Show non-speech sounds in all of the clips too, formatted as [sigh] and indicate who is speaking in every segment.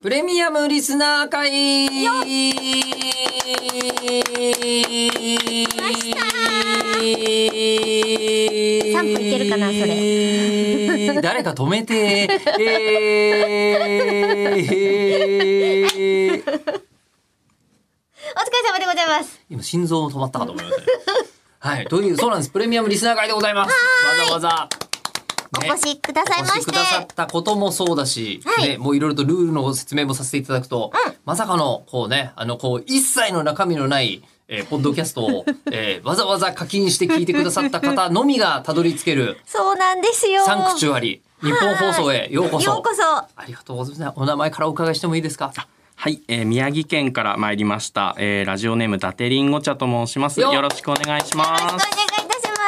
Speaker 1: プレミアムリスナー会
Speaker 2: よっ
Speaker 1: ま
Speaker 2: した
Speaker 1: ー
Speaker 2: 3分いけるかなそ
Speaker 1: れ [laughs] 誰か止め
Speaker 2: [laughs]
Speaker 1: てえー
Speaker 2: お疲れ様でございます。
Speaker 1: 今心臓止まったかと思いましたねはいというそうなんですプレミアムリスナー会でございますわざわざ、ね
Speaker 2: お越しくださいま
Speaker 1: お越し
Speaker 2: し。
Speaker 1: てくださったこともそうだし、
Speaker 2: はい
Speaker 1: ね、もういろいろとルールの説明もさせていただくと、まさかの、こうね、あの、こう、一切の中身のない、えー
Speaker 2: [laughs]
Speaker 1: ポッドキャストを、えーわざわざ課金して聞いてくださった方のみがたどり着ける、
Speaker 2: そうなんですよ。
Speaker 1: サンクチュアリ、日本放送へようこそ。
Speaker 2: ようこそ。
Speaker 1: ありがとうございます。お名前からお伺いしてもいいですか
Speaker 3: はい、えー、宮城県から参りました、えー、ラジオネーム伊達りんご茶と申します
Speaker 1: よ
Speaker 3: よ
Speaker 1: っ
Speaker 3: ろしくお願いし
Speaker 2: よろしくお願
Speaker 3: ま
Speaker 2: いいたしま
Speaker 3: す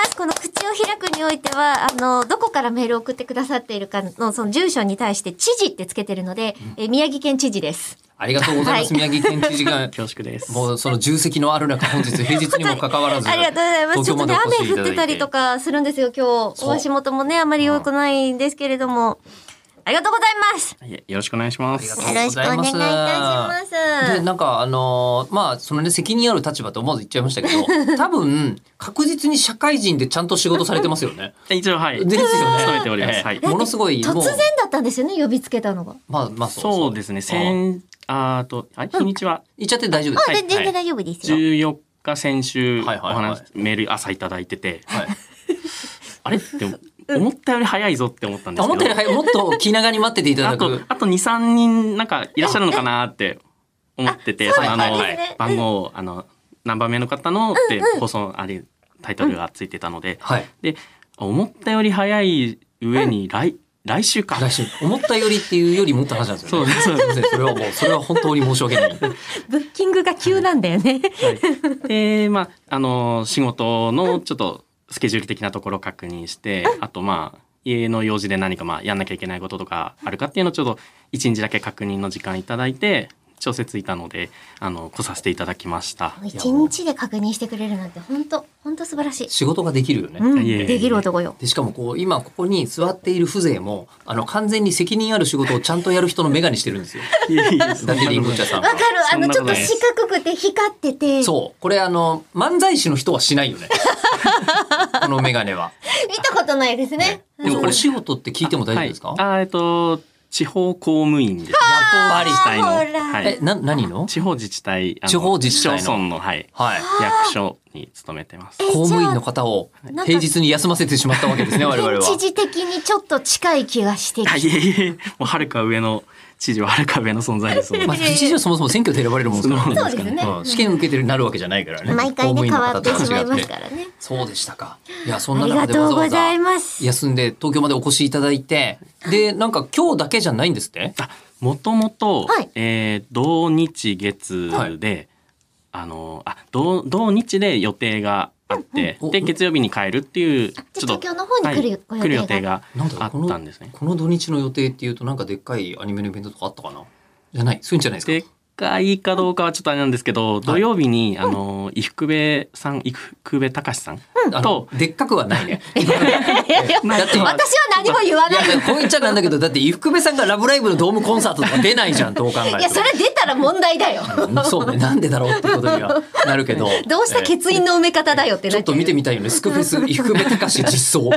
Speaker 2: す。この口を開くにおいては、あの、どこからメールを送ってくださっているかの、その住所に対して知事ってつけてるので、え宮城県知事です。
Speaker 1: ありがとうございます。
Speaker 2: は
Speaker 1: 宮城県知事
Speaker 2: [laughs]
Speaker 1: が、
Speaker 3: 恐縮です
Speaker 1: もうその重責のある中、本日平日にもかかわらず、
Speaker 2: ありがとうございます。
Speaker 1: 東
Speaker 2: ちょ
Speaker 1: 京ま
Speaker 2: っと
Speaker 1: で
Speaker 2: ね、
Speaker 1: お越しいだ
Speaker 2: 雨降
Speaker 1: い
Speaker 2: っててたりとかするんですよ、今日。
Speaker 1: そう
Speaker 2: お足元もね、あまり良くないんですけれども。ありがとうございます。
Speaker 3: はいよろしくお願いしま
Speaker 1: ありが
Speaker 3: す
Speaker 1: とう
Speaker 2: よろしくお願いいたします。
Speaker 1: でなんかあのーまあそのね責任ある立場と思わず言っちゃいましたけ
Speaker 2: [laughs]
Speaker 1: ど多分確実に社会人でちゃんと仕事されてますよね。
Speaker 3: 一応はい
Speaker 1: ですよね。
Speaker 3: 勤めております、
Speaker 1: ええ
Speaker 3: はい
Speaker 1: ものすごい
Speaker 2: 突
Speaker 1: もう
Speaker 2: 然だったんですよね、呼びつけたのが。
Speaker 1: まあまあそう
Speaker 3: そうですね先あーとあ日にちは
Speaker 1: 言っちゃって大丈夫です。
Speaker 2: あ、
Speaker 3: はい
Speaker 2: 全然大丈夫ですよ。
Speaker 3: 14日先週お
Speaker 1: はいはいはい
Speaker 3: 話メール朝いただいてて
Speaker 1: はい。
Speaker 3: あれ
Speaker 1: [laughs]
Speaker 3: って思ったより早いぞって思ったんです
Speaker 1: 思っ
Speaker 3: け
Speaker 1: たより早
Speaker 3: ど
Speaker 1: いもっと気長に待ってていただ
Speaker 3: あと
Speaker 1: く。
Speaker 3: あと23人なんかいらっしゃるのかなって思ってて
Speaker 1: そうです
Speaker 3: の
Speaker 1: そう
Speaker 2: ですね
Speaker 3: 番号をあの何番目の方のって放送あれタイトルがついてたので
Speaker 1: はい。
Speaker 3: で思ったより早い上に来来週か
Speaker 1: 来週思ったよりっていうよりもっと話なんですよね。
Speaker 3: そうで
Speaker 1: す
Speaker 3: す
Speaker 1: いません [laughs] それはもうそれは本当に申し訳ない。
Speaker 2: ブッキングが急なんだよね。
Speaker 3: はい、でまああの仕事のちょっとスケジュール的なところを確認してあとまあ家の用事で何かまあやんなきゃいけないこととかあるかっていうのをちょっと一日だけ確認の時間いただいて調整ついたのであの来させていただきました。
Speaker 2: 一日で確認してくれるなんて本当本当素晴らしい。
Speaker 1: 仕事ができるよね。
Speaker 2: うん、
Speaker 3: いえいえ
Speaker 2: できる男よ。
Speaker 1: でしかもこう今ここに座っている風情もあの完全に責任ある仕事をちゃんとやる人の眼鏡してるんですよ。ダテリンゴ茶さん
Speaker 2: わ
Speaker 1: は
Speaker 2: かる。あの、ち
Speaker 3: そ
Speaker 2: ょっ
Speaker 3: ん
Speaker 2: と
Speaker 3: なことない
Speaker 2: 四角くて光ってて。
Speaker 1: そうこれあの漫才師の人はしないよね。 [laughs] この眼鏡は。
Speaker 2: 見たことないですね。
Speaker 1: でもお仕事って聞いても大丈夫ですか？
Speaker 3: はい、あえっと地方公務員です。
Speaker 1: やっぱり
Speaker 3: 自治体の、
Speaker 2: ほら
Speaker 3: はい
Speaker 1: えな何の？
Speaker 3: 地方自治体あの
Speaker 1: 地方自治体の
Speaker 3: 市町村のはい
Speaker 1: はい。
Speaker 3: 役所に勤めてます。
Speaker 2: え
Speaker 1: 公務員の方を
Speaker 2: じゃあ
Speaker 1: 平日に休ませてしまったわけですね我々
Speaker 2: 県知
Speaker 1: は。
Speaker 2: 事的にちょっと近い気がしてき
Speaker 3: あ
Speaker 2: た。
Speaker 3: いえいえもうはるか上の知事ははるか上の存在
Speaker 2: [laughs]
Speaker 3: ですもん
Speaker 1: まあ、一時そもそも選挙で選ばれるもんですから、
Speaker 3: そう
Speaker 2: ですね
Speaker 1: うん試験受けてるなるわけじゃないからね。
Speaker 2: 毎回
Speaker 1: 公務
Speaker 2: ね、
Speaker 1: 員
Speaker 2: 変
Speaker 1: の
Speaker 2: わ
Speaker 1: 方
Speaker 2: って
Speaker 1: とは違
Speaker 2: しまいます
Speaker 1: て
Speaker 2: からね。
Speaker 1: そうでしたか。いや、そんな
Speaker 2: あり
Speaker 1: 中
Speaker 2: が
Speaker 1: でわ
Speaker 2: とう
Speaker 1: ざ
Speaker 2: ご
Speaker 1: わ
Speaker 2: ざ
Speaker 1: ざ
Speaker 2: います。
Speaker 1: 休んで東京までお越しいただいて、で、なんか今日だけじゃないんですって
Speaker 3: もともと
Speaker 2: はい
Speaker 3: 土日月で、あのあ土土日で予定があって、
Speaker 1: うんうん
Speaker 3: で月曜日に帰るっていうち
Speaker 2: じ
Speaker 3: ょっ
Speaker 2: ゃあ東京の方に来るよ
Speaker 3: はい
Speaker 2: ご
Speaker 3: 来
Speaker 2: 予
Speaker 3: る
Speaker 2: 定が
Speaker 3: 予定が
Speaker 1: なんだろう
Speaker 3: あ
Speaker 1: この
Speaker 3: ったんですね。
Speaker 1: この土日の予定っていうとなんかでっかいアニメのイベントとかあったかなじゃないそういうんじゃないです
Speaker 3: でっ
Speaker 1: か
Speaker 3: かいかどうかはちょっとあれなんですけど、土曜日にあの伊福部さん伊福部隆さん
Speaker 1: あの
Speaker 3: と
Speaker 1: でっかくはないねいや
Speaker 2: いやいや
Speaker 1: だって
Speaker 2: 私は何も言わない。
Speaker 1: こう言っちゃなんだけどだって伊福部さんが「ラブライブ!」のドームコンサートとか出ないじゃんどう考えても
Speaker 2: いや、それ出たら問題だよ。
Speaker 1: うんそうねなんでだろうってことにはなるけど
Speaker 2: どうした
Speaker 1: ええ
Speaker 2: 欠員の埋め方だよって
Speaker 1: ち
Speaker 2: な
Speaker 1: ょっ
Speaker 2: っちゃ
Speaker 1: と
Speaker 2: う
Speaker 1: 見てみたいよねスクフェ
Speaker 2: [laughs]
Speaker 1: ス伊福部隆実装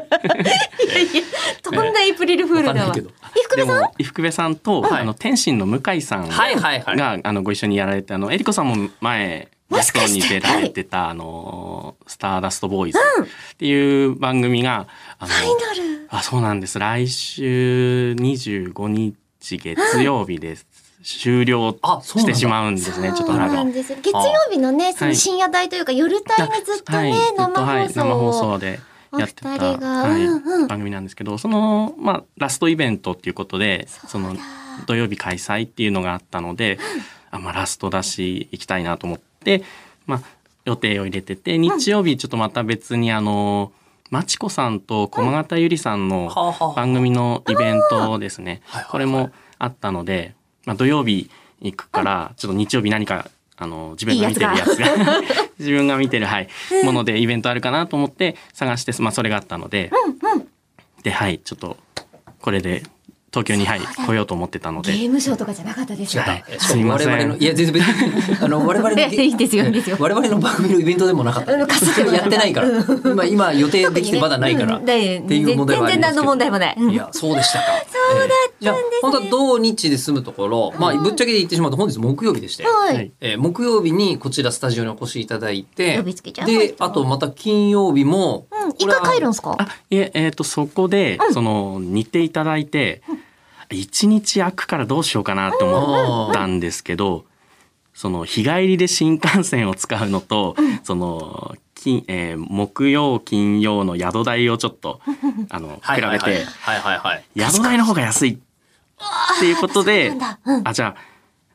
Speaker 2: とんだエイプリルフールだ
Speaker 1: わ
Speaker 2: わ。
Speaker 1: かんないけど
Speaker 2: え福部
Speaker 3: で
Speaker 2: さん
Speaker 3: も伊福部さんと、
Speaker 1: はい
Speaker 3: あの天心の向井さんが、
Speaker 1: はいはいはい
Speaker 3: あのご一緒にやられてあのえりこさんも前
Speaker 2: も
Speaker 3: ゲ
Speaker 2: し
Speaker 3: ス
Speaker 2: か
Speaker 3: ト
Speaker 2: して
Speaker 3: に出られてた、あのスターダストボーイズっていう番組が、あの
Speaker 2: ファイナル。
Speaker 3: あそうなんです来週25日月曜日です、終了
Speaker 1: あそう
Speaker 3: し
Speaker 1: なんだ
Speaker 3: てしまうんですねちょっと
Speaker 2: そう
Speaker 3: あ
Speaker 2: な
Speaker 3: の
Speaker 2: んですよ月曜日のね、その深夜帯というか、夜帯にずっとね、
Speaker 3: はいずっとはい
Speaker 2: 生
Speaker 3: 生
Speaker 2: 放
Speaker 3: 放
Speaker 2: 送を。
Speaker 3: 送でやって
Speaker 2: お
Speaker 3: た、
Speaker 2: 二人が
Speaker 3: はい
Speaker 2: うんうん
Speaker 3: 番組なんですけどその、まあ、ラストイベントっていうことでその土曜日開催っていうのがあったので、あまあ、ラストだし行きたいなと思って、まあ、予定を入れてて日曜日ちょっとまた別にあの。まちこさんと駒形ゆりさんの
Speaker 1: はあはあはあ
Speaker 3: 番組のイベントですね
Speaker 1: はいはいはい。
Speaker 3: これもあったので、まあ土曜日行くから、ちょっと日曜日何かあの自分が見てる
Speaker 2: いいや
Speaker 3: やつ [laughs] が自分が見てるはいものでイベントあるかなと思って探して、まあそれがあったので、ではいちょっとこれで東京に、はい、来ようと思ってたの
Speaker 2: ゲ
Speaker 3: で。
Speaker 2: ームショーとかじゃなかったです
Speaker 1: 違
Speaker 2: ね
Speaker 1: っ
Speaker 3: は
Speaker 1: た。
Speaker 3: い
Speaker 1: えー
Speaker 3: すいません
Speaker 1: 我々の、いや、全然別に、あの、我々のゲ、
Speaker 2: [laughs] いやいいですよいいですよ
Speaker 1: [laughs] 我々の番組のイベントでもなかった。
Speaker 2: うんかすってもな
Speaker 1: や
Speaker 2: か
Speaker 1: っ
Speaker 2: った
Speaker 1: てないから。今、今予定できてまだないから。
Speaker 2: う
Speaker 1: っ
Speaker 2: ん
Speaker 1: て
Speaker 2: ない
Speaker 1: いう問題はありますけど
Speaker 2: 全然何の問題もないうん
Speaker 1: いや、そうで
Speaker 2: [laughs]
Speaker 1: したか。そうだったんです、ね。本当は同日で済むところ、まあ、ぶっちゃけで言ってしまうと本日木曜日でして。
Speaker 2: はい、
Speaker 3: はい
Speaker 1: えー木曜日にこちらスタジオにお越しいただいて
Speaker 2: 呼びつけちゃう
Speaker 1: であとまた金曜日も、
Speaker 2: うん、
Speaker 1: こ
Speaker 2: 一
Speaker 1: れは
Speaker 2: 回帰るんですか
Speaker 3: あいええー、とそこで、その似ていただいて一、日空くからどうしようかなと思ったんですけど、その日帰りで新幹線を使うのと、その金、えー木曜金曜の宿代をちょっ [laughs] とあの
Speaker 1: は
Speaker 3: 比
Speaker 1: い
Speaker 3: べて、
Speaker 1: はいはいはいはいはい
Speaker 3: 宿代の方が安いっていうことで
Speaker 2: そうなんだうん
Speaker 3: あじゃ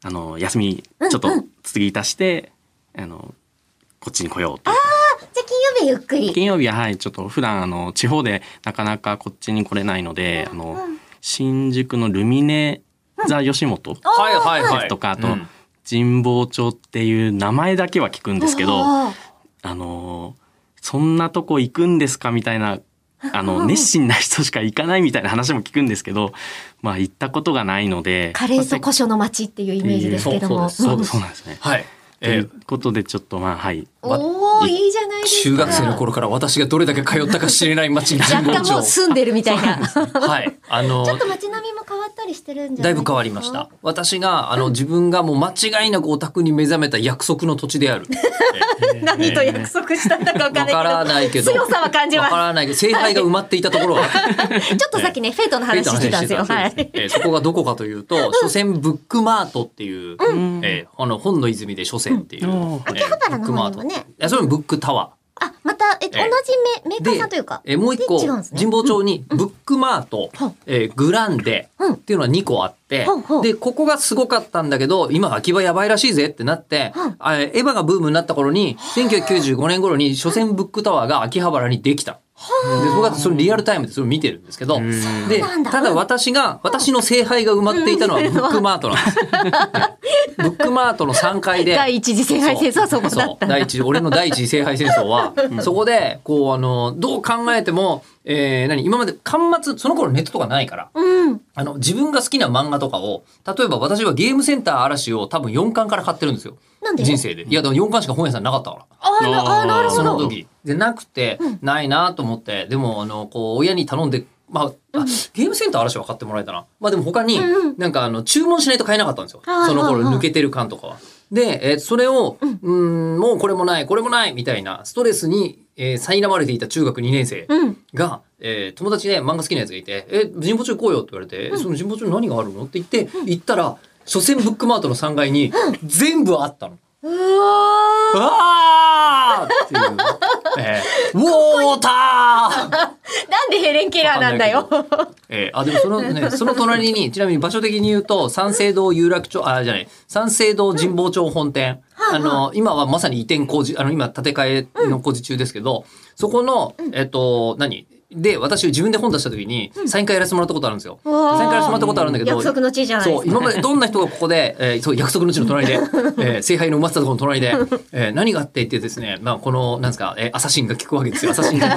Speaker 3: ああの休みちょっと継ぎ足して、あのこっちに来ようっていう
Speaker 2: じゃあ金曜日ゆっくり
Speaker 3: 金曜日ははいちょっと普段あの地方でなかなかこっちに来れないので、あの新宿のルミネ座吉本
Speaker 1: はいはいはい
Speaker 3: とかあと、
Speaker 1: うん
Speaker 3: 神保町っていう名前だけは聞くんですけど、
Speaker 2: あ
Speaker 3: あのそんなとこ行くんですかみたいなあの熱心な人しか行かないみたいな話も聞くんですけど、まあ行ったことがないので
Speaker 2: ーカレーと胡椒の街っていうイメージですけども
Speaker 1: そう
Speaker 3: そ
Speaker 1: で
Speaker 3: [laughs] う
Speaker 1: す
Speaker 3: そうなんですね。
Speaker 1: はい、
Speaker 3: とい
Speaker 1: え
Speaker 3: う
Speaker 1: ー
Speaker 3: ことでちょっとまあはい
Speaker 2: おおいいじゃないですか
Speaker 1: 中学生の頃から私がどれだけ通ったか知れない町に神
Speaker 2: 若
Speaker 1: 保
Speaker 2: 干もう
Speaker 1: 町
Speaker 2: 住んでるみたいな [laughs] ちょ
Speaker 1: はいあの
Speaker 2: っと街並みも変わったりしてるんじゃな
Speaker 1: だ
Speaker 2: い
Speaker 1: い
Speaker 2: です
Speaker 1: ぶ
Speaker 2: か
Speaker 1: 変わりました私があの自分がもう間違いなくオタクに目覚めた約束の土地である
Speaker 2: [laughs] 何と約束したんだかわか
Speaker 1: [laughs] わ
Speaker 2: んないけど
Speaker 1: からないけど
Speaker 2: [laughs] 強さは感じ
Speaker 1: わか
Speaker 2: ま
Speaker 1: らないけど聖杯が埋まっていたところは
Speaker 2: すちょっとさっきねフェイトの話してたんですよは
Speaker 1: え
Speaker 2: い
Speaker 1: ーそこがどこかというと、書店ブックマートっていう、えーあの本の泉で書店っていう、
Speaker 3: うん
Speaker 1: えー
Speaker 2: 秋葉原の方にも
Speaker 1: ブックマ
Speaker 2: ね
Speaker 1: ートいやそれもブックタワ
Speaker 2: あまたえ同じ
Speaker 1: え
Speaker 2: メメー
Speaker 1: ーで
Speaker 2: カーさんというか
Speaker 1: えーもう一個、
Speaker 2: で違うんですね
Speaker 1: 神保町にブックマート、
Speaker 2: うん
Speaker 1: えーグランデ
Speaker 2: うん
Speaker 1: っていうのは2個あって、
Speaker 2: うんうん
Speaker 1: でここがすごかったんだけど今秋葉やばいらしいぜってなって、
Speaker 2: うん
Speaker 1: あえーエヴァがブームになった頃に1995年頃に書店ブックタワーが秋葉原にできた。で僕はそれリアルタイムでそれを見てるんですけど、
Speaker 3: ん
Speaker 1: で
Speaker 2: なんだ
Speaker 1: ただ私が私の聖杯が埋まっていたのはブックマートなん
Speaker 2: [laughs]
Speaker 1: ですよ。ブックマートの3階で。
Speaker 2: 第一次世界戦争はそこだ
Speaker 1: そ
Speaker 2: っ
Speaker 1: う
Speaker 2: た
Speaker 1: 第一俺の第一次聖杯戦争は、そこでこうあのどう考えても、えー何今まで端末その頃ネットとかないから
Speaker 2: うん
Speaker 1: あの自分が好きな漫画とかを例えば私はゲームセンター嵐を多分4巻から買ってるんですよ
Speaker 2: なんで
Speaker 1: 人生でいやでも4巻しか本屋さんなかったから。
Speaker 2: あーなあーなるほ
Speaker 1: そ
Speaker 2: ど
Speaker 1: の時でなくて、ないなと思ってでもあのこう親に頼んで、まああゲームセンター嵐は買ってもらえたな、まあ、でも他に、
Speaker 2: うんうん
Speaker 1: なんかあの注文しないと買えなかったんですよ
Speaker 2: あー
Speaker 1: その頃
Speaker 2: あー
Speaker 1: 抜けてる感とかは。で、えーそれを、うーん、もうこれもないこれもないみたいなストレスに、えー、苛まれていた中学2年生
Speaker 2: うん
Speaker 1: が、えー友達で漫画好きなやつがいて「え神保町行こうよ」って言われて「えその神保町に何があるの?」って言って行ったら所詮ブックマートの3階に全部あったの。
Speaker 2: うわ
Speaker 1: うわーっていう。えー、ウォーター
Speaker 2: ーなんでヘレン・ケラーなんだよ
Speaker 1: わかえー、あ、でもそのね、その隣に、ちなみに場所的に言うと、三省堂有楽町、あ、じゃない、三省堂神保町本店。あの、今はまさに移転工事、あの、今建て替えの工事中ですけど、そこの、えっ、と、何で、私自分で本出した時に、サイン会やらせてもらったことあるんですよ。
Speaker 2: うわー
Speaker 1: サイン会やらせてもらったことあるんだけど、
Speaker 2: 約束の地じゃないで
Speaker 1: そ
Speaker 2: す
Speaker 1: う
Speaker 2: か
Speaker 1: 今までどんな人がここで、えーそう約束の地の隣で、えー、聖杯の埋まってたところの隣で、えー何があってってですね、まあ、このなんですか、えーアサシンが聞くわけですよアサシンが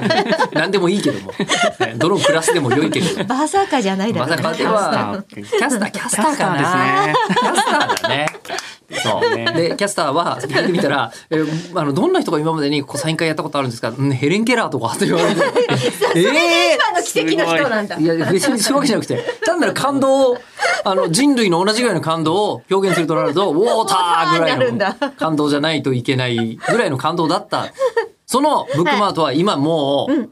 Speaker 1: 何でもいいけども、えーどのクラスでも良いけれども。
Speaker 2: バーサーカーじゃないだろ
Speaker 1: ま
Speaker 2: う
Speaker 1: さ
Speaker 2: な
Speaker 1: かではキ
Speaker 3: キャ
Speaker 1: ャスターキャスターかな
Speaker 3: キャスターで
Speaker 1: キ
Speaker 3: すね
Speaker 1: ャスターだね。そう
Speaker 3: ね
Speaker 1: でキャスターは聞いてみたら、えーあのどんな人が今までにこうサイン会やったことあるんですか、うんヘレン・ケラーとかって言われてえー
Speaker 2: 今の奇跡の人なんだ
Speaker 1: いや別にそういうわけじゃなく [laughs] て単なる感動をあの人類の同じぐらいの感動を表現するとなる [laughs] と「ウォーター!」ぐら
Speaker 2: なる
Speaker 1: い
Speaker 2: んだ
Speaker 1: の感動じゃないといけないぐらいの感動だったそのブックマートは今もう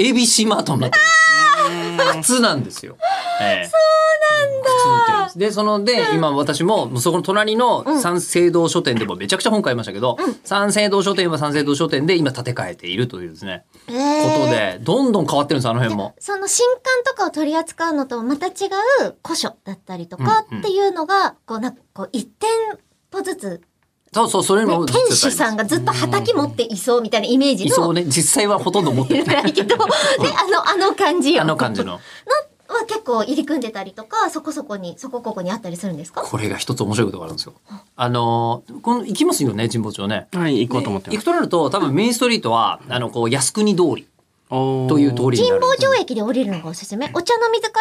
Speaker 1: ABC マートになってる靴なんですよ。そうなんだ。靴売ってるんです。でそので今私ももうそこの隣の三省堂書店でもめちゃくちゃ本買いましたけど、三省堂書店は三省堂書店で今建て替えているというですね、こ
Speaker 2: え
Speaker 1: と
Speaker 2: ー
Speaker 1: でどんどん変わってるんですあの辺も。
Speaker 2: その新刊とかを取り扱うのとまた違う古書だったりとか
Speaker 1: うんうん
Speaker 2: っていうのが、こうなんかこう一店舗ずつ、
Speaker 1: そうそう、それ
Speaker 2: ね
Speaker 1: も、
Speaker 2: 店主さんがずっと畑持っていそうみたいなイメージ
Speaker 1: いそう
Speaker 2: の
Speaker 1: ね、実際はほとんど持って
Speaker 2: いないけど、で、あの、あの感じよ。
Speaker 1: あの感じの。
Speaker 2: は結構入り組んでたりとか、そこそこに、そこここにあったりするんですか
Speaker 1: これが一つ面白いことがあるんですよ。あのー、この、行きますよね、神保町ね。
Speaker 3: はい行こうと思ってま
Speaker 1: 行く。
Speaker 3: す
Speaker 1: となると、多分メインストリートは、あの、こう、靖国通り。と
Speaker 3: と
Speaker 1: いう通りになる
Speaker 2: 神保町駅で降りるのがおすすめ。お茶の水か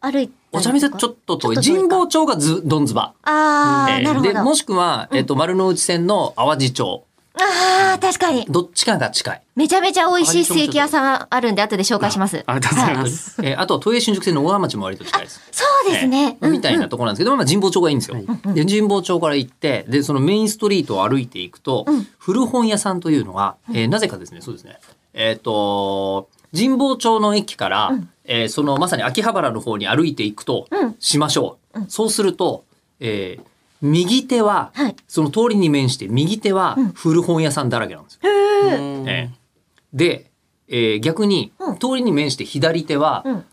Speaker 2: ら歩いて。
Speaker 1: お茶水ちょっと遠い
Speaker 2: ちょっと遠いか
Speaker 1: 神保町がずどんずば、
Speaker 2: ああ、
Speaker 1: えー
Speaker 2: なるほ
Speaker 1: で
Speaker 2: ど。
Speaker 1: もしくは、えっと丸の内線の淡路町
Speaker 2: ああ、確かに。
Speaker 1: どっちかが近い、
Speaker 2: めちゃめちゃ美味しいステーキ屋さんあるんで、後で紹介します。
Speaker 3: あありがとうございま
Speaker 2: は
Speaker 3: す。
Speaker 1: えーあとは都営新宿線の大浜町も割と近いです
Speaker 2: そうですね。うん
Speaker 1: みたいなところなんですけど、まあ、神保町がいいんですよ。で神保町から行ってでそのメインストリートを歩いていくと、古本屋さんというのが、えーなぜかですねそうですねえっ、と神保町の駅から、えーそのまさに秋葉原の方に歩いていくと
Speaker 2: うん
Speaker 1: しましょう。そうすると、えー右手は、
Speaker 2: はい
Speaker 1: その通りに面して右手は古本屋さんだらけなんですよ。
Speaker 3: うん
Speaker 1: えーで、えー逆に、
Speaker 2: うん
Speaker 1: 通りに面して左手は、
Speaker 2: うん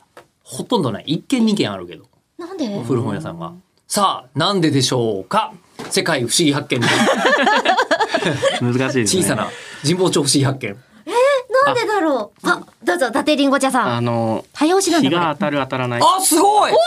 Speaker 1: ほとんどない一軒二軒あるけど。
Speaker 2: なんで
Speaker 1: お古本屋さんが。さあ、なんででしょうか世界不思議発 [laughs] 見の
Speaker 3: 難しいです
Speaker 1: 小
Speaker 3: ね。
Speaker 1: さな神保町不思議発見。
Speaker 2: なんでだろうあ、どうぞ、伊達りんご茶さん。
Speaker 3: あの
Speaker 2: 早押しなんだ
Speaker 3: 日
Speaker 2: これ
Speaker 3: が当たる当たらない。
Speaker 1: あ、すごい
Speaker 3: い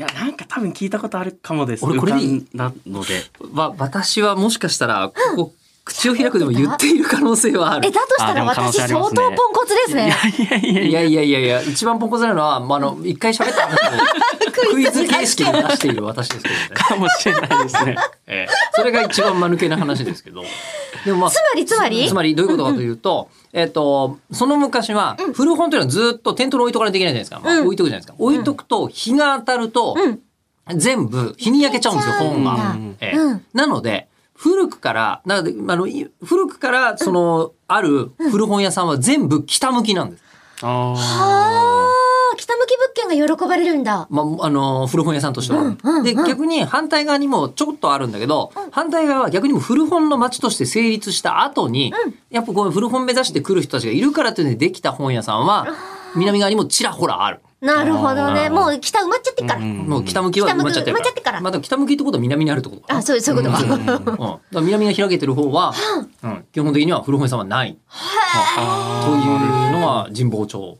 Speaker 3: やなんか多分聞いたことあるかもです。
Speaker 1: 俺これでいい
Speaker 3: 浮かんだので。
Speaker 1: わ、私はもしかしたら、ここ、口を開くでも言っている可能性はあ
Speaker 2: え、
Speaker 1: る。
Speaker 2: だとした
Speaker 3: あで
Speaker 2: ら
Speaker 3: も可能
Speaker 2: 私
Speaker 3: 性ありま
Speaker 2: 相
Speaker 3: すね
Speaker 2: 当ポンコツですね。
Speaker 3: いや
Speaker 1: いやい
Speaker 3: いやいや
Speaker 1: やいやいや、一番ポンコツなのは、まあ、あの、一回喋った話を [laughs] クイズ形式で出している私ですけどね。
Speaker 3: かもしれないですね。
Speaker 1: ええそれが一番間抜けな話ですけど。でもまあ
Speaker 2: つまりつまり
Speaker 1: つまりどういうことかというと、えっ、と、その昔は、古本というのはずっと店頭に置いとかないといけないじゃないですか。まあ
Speaker 2: うん
Speaker 1: 置いとくじゃないですか。置いとくと、日が当たると、
Speaker 2: うん。
Speaker 1: 全部、日に焼けちゃうんですよ、
Speaker 2: 焼けちゃう
Speaker 1: 本
Speaker 2: んだ
Speaker 1: が。ええ
Speaker 2: うん
Speaker 1: なので、古くから、なので、あの、い古くから、その、ある古本屋さんは全部北向きなんです。
Speaker 3: [laughs] あ
Speaker 2: ああ、北向き物件が喜ばれるんだ。
Speaker 1: まあ、あの、古本屋さんとしては。
Speaker 2: うんうん
Speaker 1: で、
Speaker 2: うん
Speaker 1: 逆に反対側にもちょっとあるんだけど、反対側は逆にも古本の街として成立した後に、やっぱこういう古本目指して来る人たちがいるからっていうのでできた本屋さんは、南側にもちらほらある。
Speaker 2: なるほど
Speaker 3: あ
Speaker 2: ね。
Speaker 3: ー
Speaker 2: もう北埋まっちゃってっから。
Speaker 3: うん
Speaker 1: もう北向きは埋まっちゃってるから。
Speaker 2: 北向き埋まっちゃってから
Speaker 1: まあでも北向きってことは南にあるってことかな。
Speaker 2: あ、そういう、そういうことか。
Speaker 1: うんだから南が開けてる方は、うん基本的には古本屋さんはない。というのは神保町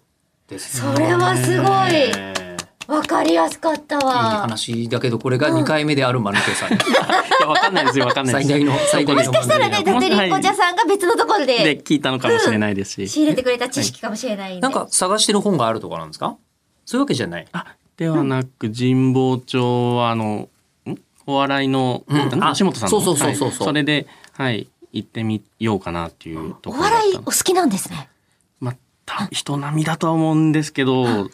Speaker 1: ですね。
Speaker 2: それはすごい。
Speaker 1: えー
Speaker 2: わかりやすかった
Speaker 1: いい
Speaker 2: わ。
Speaker 1: 話だけど、これが2回目であるマヌケさん。
Speaker 3: あ。いやわかんないですよわかんな
Speaker 1: 最
Speaker 3: いです。
Speaker 1: 大の、最大の。
Speaker 2: もしかしたらね、伊達りんご茶さんが別のところ
Speaker 3: で
Speaker 2: で
Speaker 3: 聞いたのかもしれないですし。
Speaker 2: 仕入れてくれた知識かもしれないんで。
Speaker 1: なんか探してる本があるとかなんですかそういうわけじゃない。
Speaker 3: あではなく神保町はあのんお笑いの、
Speaker 1: うん
Speaker 3: あの
Speaker 1: あ
Speaker 3: 吉本さんの
Speaker 1: そうそうそうそう
Speaker 3: はいそれではい行ってみようかなっていうと
Speaker 2: お
Speaker 3: ころだった
Speaker 2: 笑いお
Speaker 3: の
Speaker 2: 好きなんですね。
Speaker 3: まあた人並みだとは思うんですけど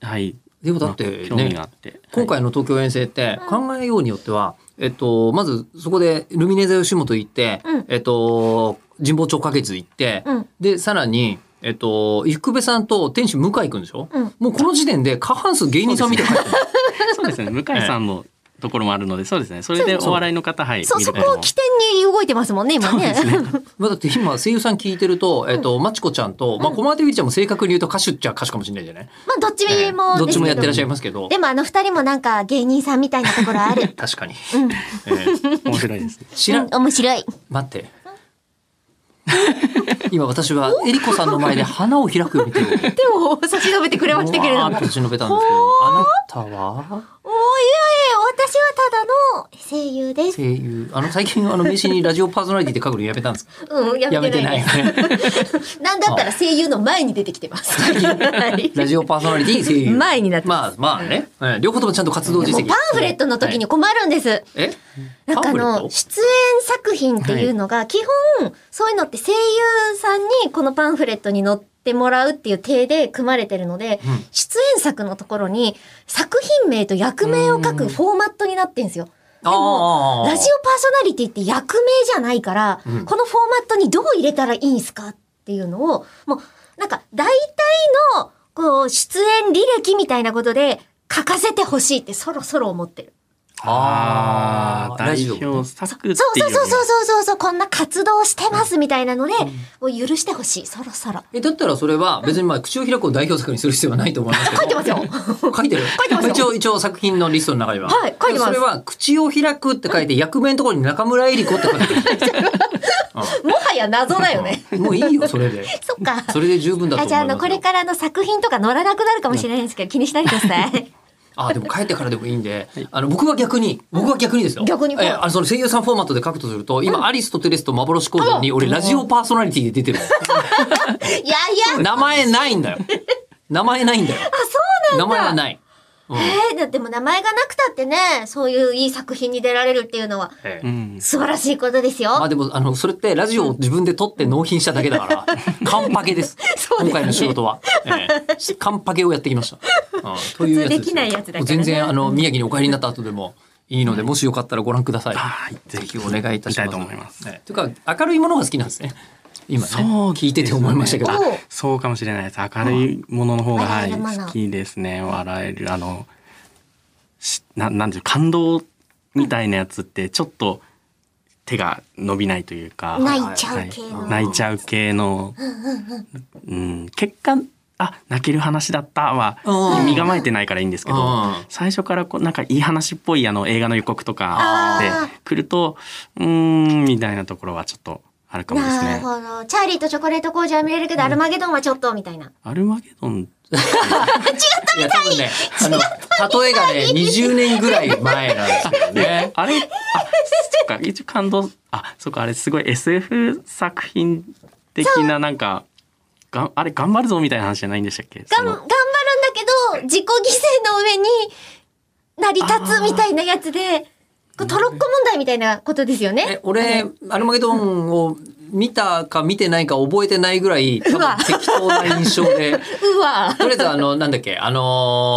Speaker 3: はい
Speaker 1: でもだって
Speaker 3: まあ興味
Speaker 1: ね
Speaker 3: があ、って
Speaker 1: 今回の東京遠征って考えようによっては、えっと、まずそこでルミネ座吉本行って、
Speaker 2: うん
Speaker 1: えっと、神保町花月行って、
Speaker 2: うん
Speaker 1: で、さらに、えっと、生部さんと天使向井行くんでしょ、
Speaker 2: うん
Speaker 1: もうこの時点で過半数芸人さんみたいな感じ。
Speaker 3: はいそうですね向井さんのところもあるのでそうですねそれでお笑いの方はい
Speaker 2: そ、
Speaker 3: 見
Speaker 2: そ
Speaker 3: るこ
Speaker 2: こを
Speaker 3: とも
Speaker 2: 起点に動いてますもんね、今ね。
Speaker 1: まあだって今声優さん聞いてると、えっと、まちこちゃんと、まあ、コマーティビリちゃんも正確に言うと歌手っちゃ歌手かもしれないじゃない、
Speaker 2: [laughs] まあ、どっちもですけど。
Speaker 1: どっちもやってらっしゃいますけど。
Speaker 2: で。もあの二人もなんか芸人さんみたいなところある
Speaker 1: 確かに。えー
Speaker 3: 面白いですね
Speaker 1: [laughs] 知らん
Speaker 2: うん、面白い。
Speaker 1: 待って。 [laughs] 今私はえりこさんの前で花を開くように手を。
Speaker 2: でも、差し伸べてくれましたけれど
Speaker 1: わー
Speaker 2: も。
Speaker 1: っと
Speaker 2: おいえいえ
Speaker 1: 差し伸べたんですけど、あなたは
Speaker 2: 私はただの声優です。
Speaker 1: 声優、あの最近あの名刺にラジオパーソナリティって書くのやめたんですか。
Speaker 2: うん、や
Speaker 1: やめ
Speaker 2: め
Speaker 1: て
Speaker 2: て
Speaker 1: な
Speaker 2: ない
Speaker 1: い [laughs]
Speaker 2: で
Speaker 1: よ
Speaker 2: す。
Speaker 1: ね。
Speaker 2: なんだったら声優の前に出てきてます。はい
Speaker 1: ラジオパーソナリティ声優。
Speaker 2: 前になって
Speaker 1: まあまあね、うん両方ともちゃんと活動実
Speaker 2: も
Speaker 1: 績。
Speaker 2: うパンフレットの時に困るんです。
Speaker 1: え？
Speaker 2: なんかあ
Speaker 1: パンフレッ
Speaker 2: の、
Speaker 1: ト
Speaker 2: 出演作品っていうのが、基本、そういうのって声優さんにこのパンフレットに載ってもらうっていう体で組まれてるので、
Speaker 1: うん
Speaker 2: 出演作のところに作品名と役名を書くフォーマットになってんですよ。でも、
Speaker 1: あー
Speaker 2: ラジオパーソナリティって役名じゃないから、
Speaker 1: うん
Speaker 2: このフォーマットにどう入れたらいいんすかっていうのを、もう、なんか、大体の、こう、出演履歴みたいなことで書かせてほしいってそろそろ思ってる。
Speaker 1: あ
Speaker 3: あ
Speaker 1: ー
Speaker 3: ー
Speaker 1: ラジ
Speaker 3: 代
Speaker 1: オ
Speaker 3: 表スタッフって
Speaker 2: そう
Speaker 3: いう
Speaker 2: そうそうそううそうそうこんな活動してますみたいなので、を許してほしいそろそろ
Speaker 1: えだったらそれは別にまあ口を開くを代表作にする必要はないと思いますけど。
Speaker 2: 書いてますよ
Speaker 1: [laughs] 書いてる。書い
Speaker 2: てますよ
Speaker 1: 一応一応作品のリストの中には。
Speaker 2: はい書いてま
Speaker 1: そ
Speaker 2: す
Speaker 1: れは口を開くって書いて役名のところに中村えり子って書いてる。
Speaker 2: [laughs] もはや謎だよね
Speaker 1: もういいよそれ
Speaker 2: [laughs]
Speaker 1: で。
Speaker 2: そっか
Speaker 1: それで十分だと思いますよ。 [laughs]
Speaker 2: あじゃああのこれからの作品とか載らなくなるかもしれないんですけど気にしないでください
Speaker 1: あでも帰ってからでもいいんで、あの僕は逆に僕は逆にですよ。
Speaker 2: 逆に
Speaker 1: えあのその声優さんフォーマットで書くとすると、今アリスとテレスと幻工場に俺ラジオパーソナリティで出てる。
Speaker 2: いやいや、
Speaker 1: 名前ないんだよ。名前ないんだよ。あそうなんだ。名前はない。うん
Speaker 2: えーだってもう名前がなくたってね、そういういい作品に出られるっていうのは
Speaker 1: え
Speaker 3: う
Speaker 1: え
Speaker 3: ん、
Speaker 2: 素晴らしいことですよ。
Speaker 1: まあでもあのそれってラジオを自分で撮って納品しただけだ
Speaker 2: [laughs]
Speaker 1: から、カンパケです。
Speaker 2: そうです
Speaker 1: 今
Speaker 2: ね
Speaker 1: 回の仕事は、ええ、カンパケをやってきました。うんというやつす
Speaker 2: 普通できないやつだからね
Speaker 1: 全然あの宮城にお帰りになった後でもいいので、もしよかったらご覧ください。
Speaker 3: はい
Speaker 1: ぜひお願いいたします。
Speaker 3: 見たいと思います
Speaker 1: ねというか明るいものが好きなんですね。今ね
Speaker 3: そうですね
Speaker 1: 聞いてて思いましたけど。
Speaker 2: おう
Speaker 3: そうかもしれないです。明るいものの方が、は
Speaker 2: 笑え
Speaker 3: い、
Speaker 2: るもの
Speaker 3: 好きですね。笑える、あの。しななんていう感動みたいなやつって、ちょっと。手が伸びないというか。
Speaker 2: 泣いちゃう系の。
Speaker 1: は
Speaker 3: 泣いちゃう系の。うん、結果。あ、泣ける話だったは。
Speaker 1: うん
Speaker 3: 身構えてないからいいんですけ
Speaker 1: う
Speaker 3: ど
Speaker 1: ん。
Speaker 3: 最初から、こう、なんかいい話っぽい、あの映画の予告とか。で
Speaker 2: あ、
Speaker 3: 来ると。うーん、みたいなところはちょっと。あるかもです
Speaker 2: なる
Speaker 3: ね。
Speaker 2: ほど。チャーリーとチョコレート工場は見れるけど、アルマゲドンはちょっと、みたいな。
Speaker 3: アルマゲドン。
Speaker 1: いや多分ね、あの例えがね20年ぐらい前なんですよね。
Speaker 3: あれ、あ、そっか、一応感動、あ、そっか、あれすごい SF 作品的ななんか、がんあれ頑張るぞみたいな話じゃないんでしたっけ
Speaker 2: が
Speaker 3: そ
Speaker 2: ん、頑張
Speaker 3: の
Speaker 2: るんだけど、自己犠牲の上に成り立つみたいなやつで、こうトロッコ問題みたいなことですよ
Speaker 1: え
Speaker 2: ね。
Speaker 1: 俺アルマゲドンを見たか見てないか覚えてないぐらい多
Speaker 2: うわ
Speaker 1: 分適当な印象
Speaker 2: [laughs]
Speaker 1: で。
Speaker 2: うわ。
Speaker 1: とりあえずあのなんだっけあ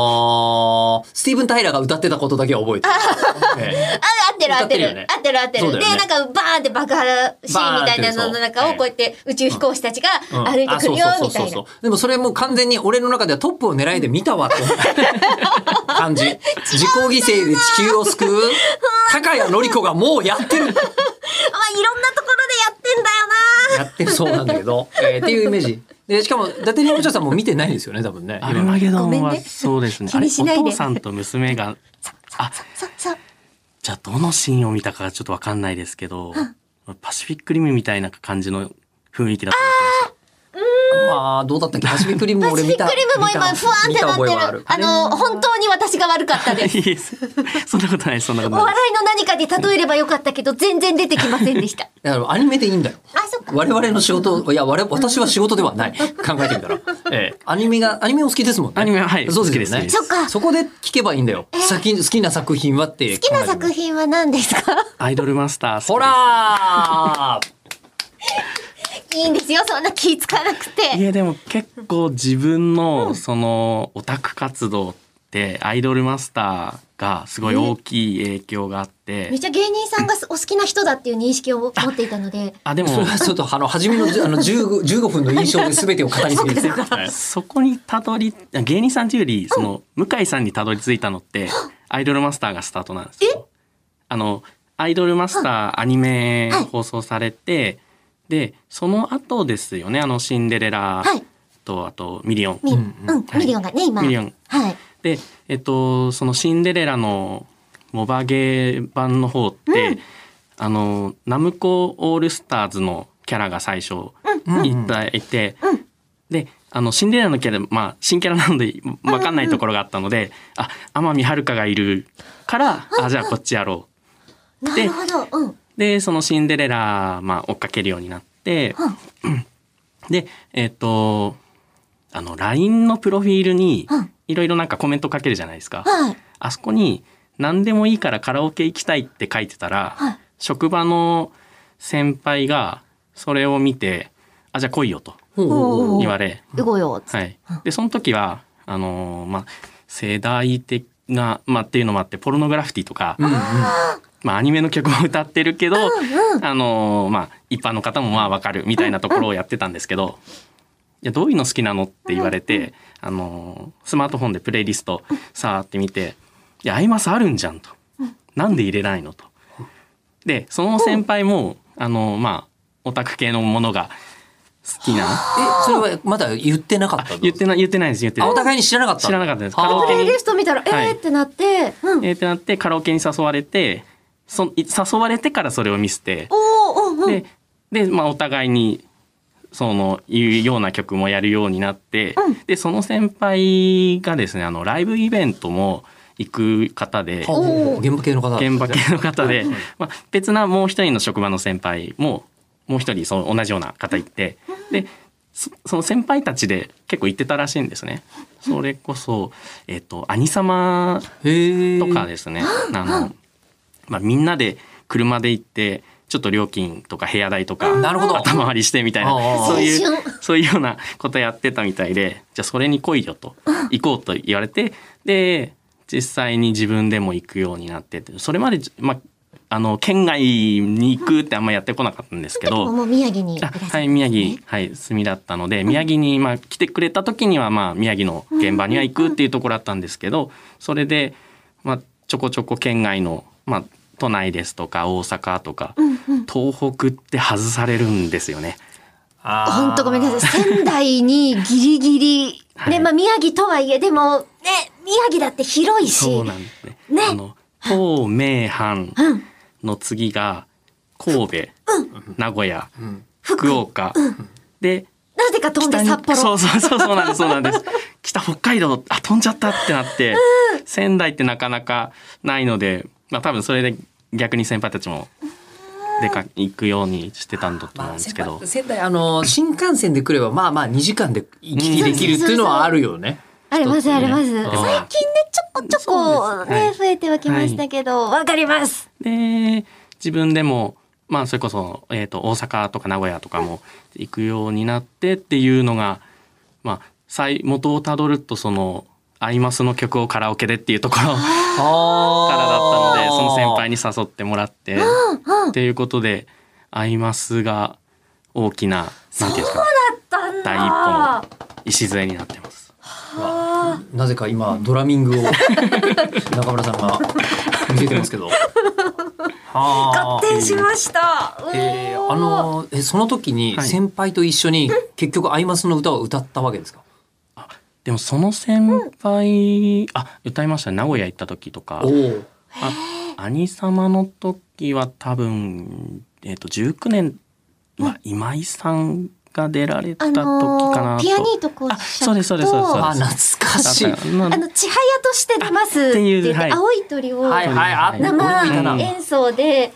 Speaker 1: のースティーブン・タイラーが歌ってたことだけは覚えてる。ええ
Speaker 2: あ、合ってる合っ
Speaker 1: 歌って
Speaker 2: てる。
Speaker 1: るよね
Speaker 2: 合ってる合ってる。
Speaker 1: そう
Speaker 2: で、
Speaker 1: だよね
Speaker 2: なんかバーンって爆破シーンみたいなのの中をこうやって宇宙飛行士たちが
Speaker 1: うん
Speaker 2: 歩いてくるよ
Speaker 1: あ、そう
Speaker 2: み
Speaker 1: そうそうそ
Speaker 2: たい
Speaker 1: う
Speaker 2: な。
Speaker 1: そう。でもそれもう完全に俺の中ではトップを狙いで見たわって思
Speaker 2: [laughs]
Speaker 1: った感じ。自己犠牲で地球を救う高谷のり子がもうやってる
Speaker 2: まあ、いろんなところでやって
Speaker 1: やって
Speaker 2: んだよな
Speaker 1: るそうなんだけど、えーっていうイメージ。で、しかも、伊達におちゃさんも見てないですよね、多分ね。
Speaker 3: アルマゲドン
Speaker 2: ごめん
Speaker 3: は
Speaker 2: ね
Speaker 3: そうですね。
Speaker 2: 気にしないで
Speaker 3: あれお父さんと娘が、あ、
Speaker 2: そうそう。
Speaker 3: じゃあどのシーンを見たかちょっとわかんないですけど、パシフィックリムみたいな感じの雰囲気だと思ってました。
Speaker 1: まあ、どうだったっけパシフィックリムも
Speaker 2: パ
Speaker 1: 俺
Speaker 2: シフィ
Speaker 1: 見た。
Speaker 2: ックリムも今
Speaker 1: 見た
Speaker 2: 不安ってなって
Speaker 1: 見た覚え
Speaker 2: る。
Speaker 1: は
Speaker 2: あ
Speaker 1: ある
Speaker 2: の、本当に私が悪かった
Speaker 3: [laughs]
Speaker 2: です。
Speaker 3: いいです。そんなことないです、そんなこと
Speaker 2: お
Speaker 3: ないで
Speaker 2: 笑。
Speaker 3: す
Speaker 2: いの何かで例えればよかったけど、全然出てきませんでした。
Speaker 1: だからアニメでいいんだよ。
Speaker 2: あ、そっか。
Speaker 1: 我々の仕事、いや、我々、私は仕事ではない。考えてみた
Speaker 3: [laughs]
Speaker 1: ら。ええアニメが、アニメお好きですもんね。
Speaker 3: アニメははい
Speaker 1: そうですよ
Speaker 3: 好き
Speaker 1: ね。
Speaker 3: です
Speaker 2: そっか
Speaker 1: そこで聞けばいいんだよ。先好きな作品はって。
Speaker 2: 好きな作。品は何ですか
Speaker 3: アイドルマスター。
Speaker 1: ほらー
Speaker 2: [laughs] いいんですよ、そんな気使わなく
Speaker 3: い
Speaker 2: て。
Speaker 3: やでも結構自分のそのオタク活動ってアイドルマスターがすごい大きい影響があって
Speaker 2: めっちゃ芸人さんがお好きな人だっていう認識を持っていたので、
Speaker 3: あで [laughs] も
Speaker 1: それはちょっと、あの、初めの、 [laughs] あの、15、15分の印象で全てを語りすぎです。はい
Speaker 3: [laughs] そこにたどり芸人さんというよりその向井さんにたどり着いたのってアイドルマスターがスタートなんですよ。あのアイドルマスターアニメ放送されてでその後ですよねあのシンデレラ
Speaker 2: はい。
Speaker 3: とあとミリオン。
Speaker 2: み、
Speaker 1: う
Speaker 2: うんん
Speaker 1: う、
Speaker 3: はい
Speaker 2: ミリオンがね、今。
Speaker 3: ミリオン
Speaker 2: はい。
Speaker 3: で、えっと、そのシンデレラのモバゲー版の方って、あのナムコオールスターズのキャラが最初いたいて、であのシンデレラのキャラ、まあ、新キャラなので分かんないところがあったので、あ天海遥がいるから、あじゃあこっちやろ
Speaker 2: な
Speaker 3: で
Speaker 2: るほど。うん。
Speaker 3: う。でそのシンデレラ、まあ、追っかけるようになって、
Speaker 2: うん
Speaker 3: でえっとあの LINE のプロフィールに
Speaker 2: うん
Speaker 3: いろいろなんかコメントかけるじゃないですか。
Speaker 2: はい。
Speaker 3: あそこに何でもいいからカラオケ行きたいって書いてたら、
Speaker 2: はい
Speaker 3: 職場の先輩がそれを見て、あ、じゃあ来いよと
Speaker 1: ほうほうほう
Speaker 2: お
Speaker 3: 言われ、
Speaker 2: 行こうよ。つって
Speaker 3: はい。で、その時は、あのーまあ、世代的な、まあ、っていうのもあって、ポルノグラフィティとか、
Speaker 1: うんうん
Speaker 3: まあ、アニメの曲を歌ってるけど、あのーまあ、一般の方もまあわかるみたいなところをやってたんですけど、いや、どういうの好きなのって言われて、あのースマートフォンでプレイリストさーって見て、いや、アイマスあるんじゃんと。なんで入れないのと。で、その先輩も、あのーまあ、オタク系のものが好きな、
Speaker 1: え、それはまだ言ってなかったの
Speaker 3: 言ってない、言ってないです、言ってな
Speaker 1: あ、
Speaker 3: い
Speaker 1: お。互いに知らなかった
Speaker 3: 知らなかったです
Speaker 1: あー
Speaker 3: カラオケ
Speaker 2: プレ
Speaker 3: に
Speaker 2: イリスト見たら、え
Speaker 3: はい
Speaker 2: ーってなって、うん。
Speaker 3: えーってなってカラオケに誘われてそい誘われてからそれを見せて
Speaker 2: おー、うん、うん。
Speaker 3: でで、まあ、お互いにそのいうような曲もやるようになって、でその先輩がですねあのライブイベントも行く方で、
Speaker 1: ほうほうほう現場系の方
Speaker 3: 現場系の方で
Speaker 1: はい、
Speaker 3: まあ、別なもう一人の職場の先輩ももう一人その同じような方いてでそその先輩たちで結構行ってたらしいんですね。それこそ、えっと兄様
Speaker 1: へえ
Speaker 3: とかですね、あの、まあ、みんなで車で行ってちょっと料金とか部屋代とか
Speaker 1: なるほど
Speaker 3: 頭割りしてみたいな
Speaker 1: ああ
Speaker 3: そういう
Speaker 2: 青春
Speaker 3: そういうようなことやってたみたいでじゃあそれに来いよと行こうと言われてで実際に自分でも行くようになっててそれまで、まあ、あの県外に行くってあんまやってこなかったんですけど。
Speaker 2: もう宮城にいら
Speaker 3: あ
Speaker 2: っしゃる
Speaker 3: はい、宮城、はい、住みだったので、宮城に、まあ、来てくれた時には、まあ、宮城の現場には行くっていうところだったんですけど、それで、まあ、ちょこちょこ県外の、まあ、都内ですとか、大阪とか、東北って外されるんですよね。
Speaker 2: 本当ごめんなさい。仙台にギリギリ、
Speaker 3: はい
Speaker 2: ね、まあ宮城とはいえ、でも、ね、宮城だって広いし。
Speaker 3: そうなんですね。
Speaker 2: ね
Speaker 3: あの、東名阪
Speaker 2: うん。
Speaker 3: の次が、神戸、名古屋、福岡、で、
Speaker 2: なぜか飛んで
Speaker 3: 北に
Speaker 2: 札幌。
Speaker 3: そうそうそうそうなんですそうなんです [laughs] 北北海道あ飛んじゃったってなって、仙台ってなかなかないのでまあ多分それで逆に先輩たちも出か行くようにしてたんだと思
Speaker 1: ま
Speaker 3: うん
Speaker 1: あ、
Speaker 3: で
Speaker 1: 仙
Speaker 3: すけど、
Speaker 1: 台仙台あの新幹線で来ればまあまあ2時間で行き来できるっていうのはあるよね。
Speaker 2: あります、あります。最
Speaker 1: あ
Speaker 2: 近ね、ちょこちょ
Speaker 3: そう
Speaker 2: こ
Speaker 3: ですは
Speaker 2: ね
Speaker 3: い、
Speaker 2: 増えてはきましたけど、わかります。
Speaker 3: で自分でもまあそれこそ、えー、と大阪とか名古屋とかも行くようになってっていうのがまあ最元をたどるとその「アイマス」の曲をカラオケでっていうところ
Speaker 1: は
Speaker 3: からだったのでその先輩に誘ってもらってっていうことで「アイマス」が大きななんていうんですか
Speaker 2: だんだ
Speaker 3: 第一歩の礎になってます。
Speaker 1: なぜか今ドラミングを中村さんが見せてますけど。はあ
Speaker 2: 発展しました。う
Speaker 1: えー
Speaker 2: おー
Speaker 1: あのえその時に
Speaker 3: はい
Speaker 1: 先輩と一緒に結局アイマスの歌を歌ったわけですか。
Speaker 3: でもその先輩、あ歌いましたね名古屋行った時とか
Speaker 1: おお。
Speaker 3: あ兄様の時は多分、えっと19年は今井さんが出られた
Speaker 2: あ
Speaker 3: 時かな
Speaker 2: のー
Speaker 3: と、
Speaker 2: ピアニーとこう、
Speaker 3: あそうですそうですそうですそう
Speaker 1: あ
Speaker 3: です
Speaker 1: 懐かしい。
Speaker 3: だったまあ
Speaker 2: あの、ちはやとして出ますって言って、
Speaker 3: あっていうはい
Speaker 2: 青い鳥を
Speaker 1: はいはいあったこの歌だ
Speaker 2: 生演奏で、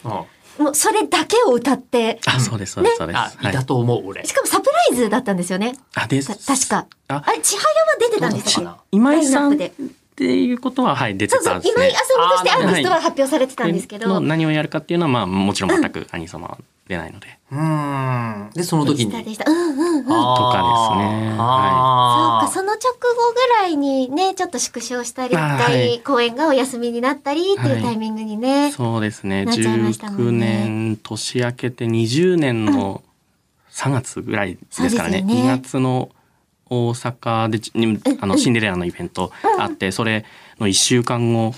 Speaker 2: もうそれだけを歌って、
Speaker 3: あそうですそうですそうです、
Speaker 1: あい
Speaker 3: はい
Speaker 1: たと思う俺
Speaker 2: し。かもサプライズだったんですよね。
Speaker 3: あで
Speaker 2: た
Speaker 3: す
Speaker 2: 確か。
Speaker 3: あ
Speaker 2: あれ、千早は出てたんです
Speaker 1: どうだ
Speaker 2: よ
Speaker 1: っ。
Speaker 3: 今井さんっ
Speaker 2: ラインナッ
Speaker 3: ていうことははい出て
Speaker 2: そうそ
Speaker 3: たん
Speaker 2: う、
Speaker 3: です
Speaker 2: 今井
Speaker 3: ね
Speaker 2: あ。さみとしてアーティスト
Speaker 3: あ
Speaker 2: は
Speaker 3: ー
Speaker 2: 発表されてたんですけ
Speaker 3: の
Speaker 2: ど、
Speaker 3: 何をやるかっていうのはまあもちろん全く兄様は出ないので、
Speaker 1: うん。でその時に。
Speaker 2: でしたでした。うんうんうん。そう
Speaker 3: かですね
Speaker 1: あー
Speaker 2: か、その直後ぐらいにね、ちょっと縮小したり、一
Speaker 3: あーは
Speaker 2: 回
Speaker 3: い
Speaker 2: 公演がお休みになったりっていうタイミングにね。
Speaker 3: そうですね
Speaker 2: なっちゃいましたも
Speaker 3: 19
Speaker 2: んね
Speaker 3: 年年明けて20年の3月ぐらいですからね,、
Speaker 2: そうですよね
Speaker 3: 2月の大阪でじにあのシンデレラのイベントあってそれの1週間後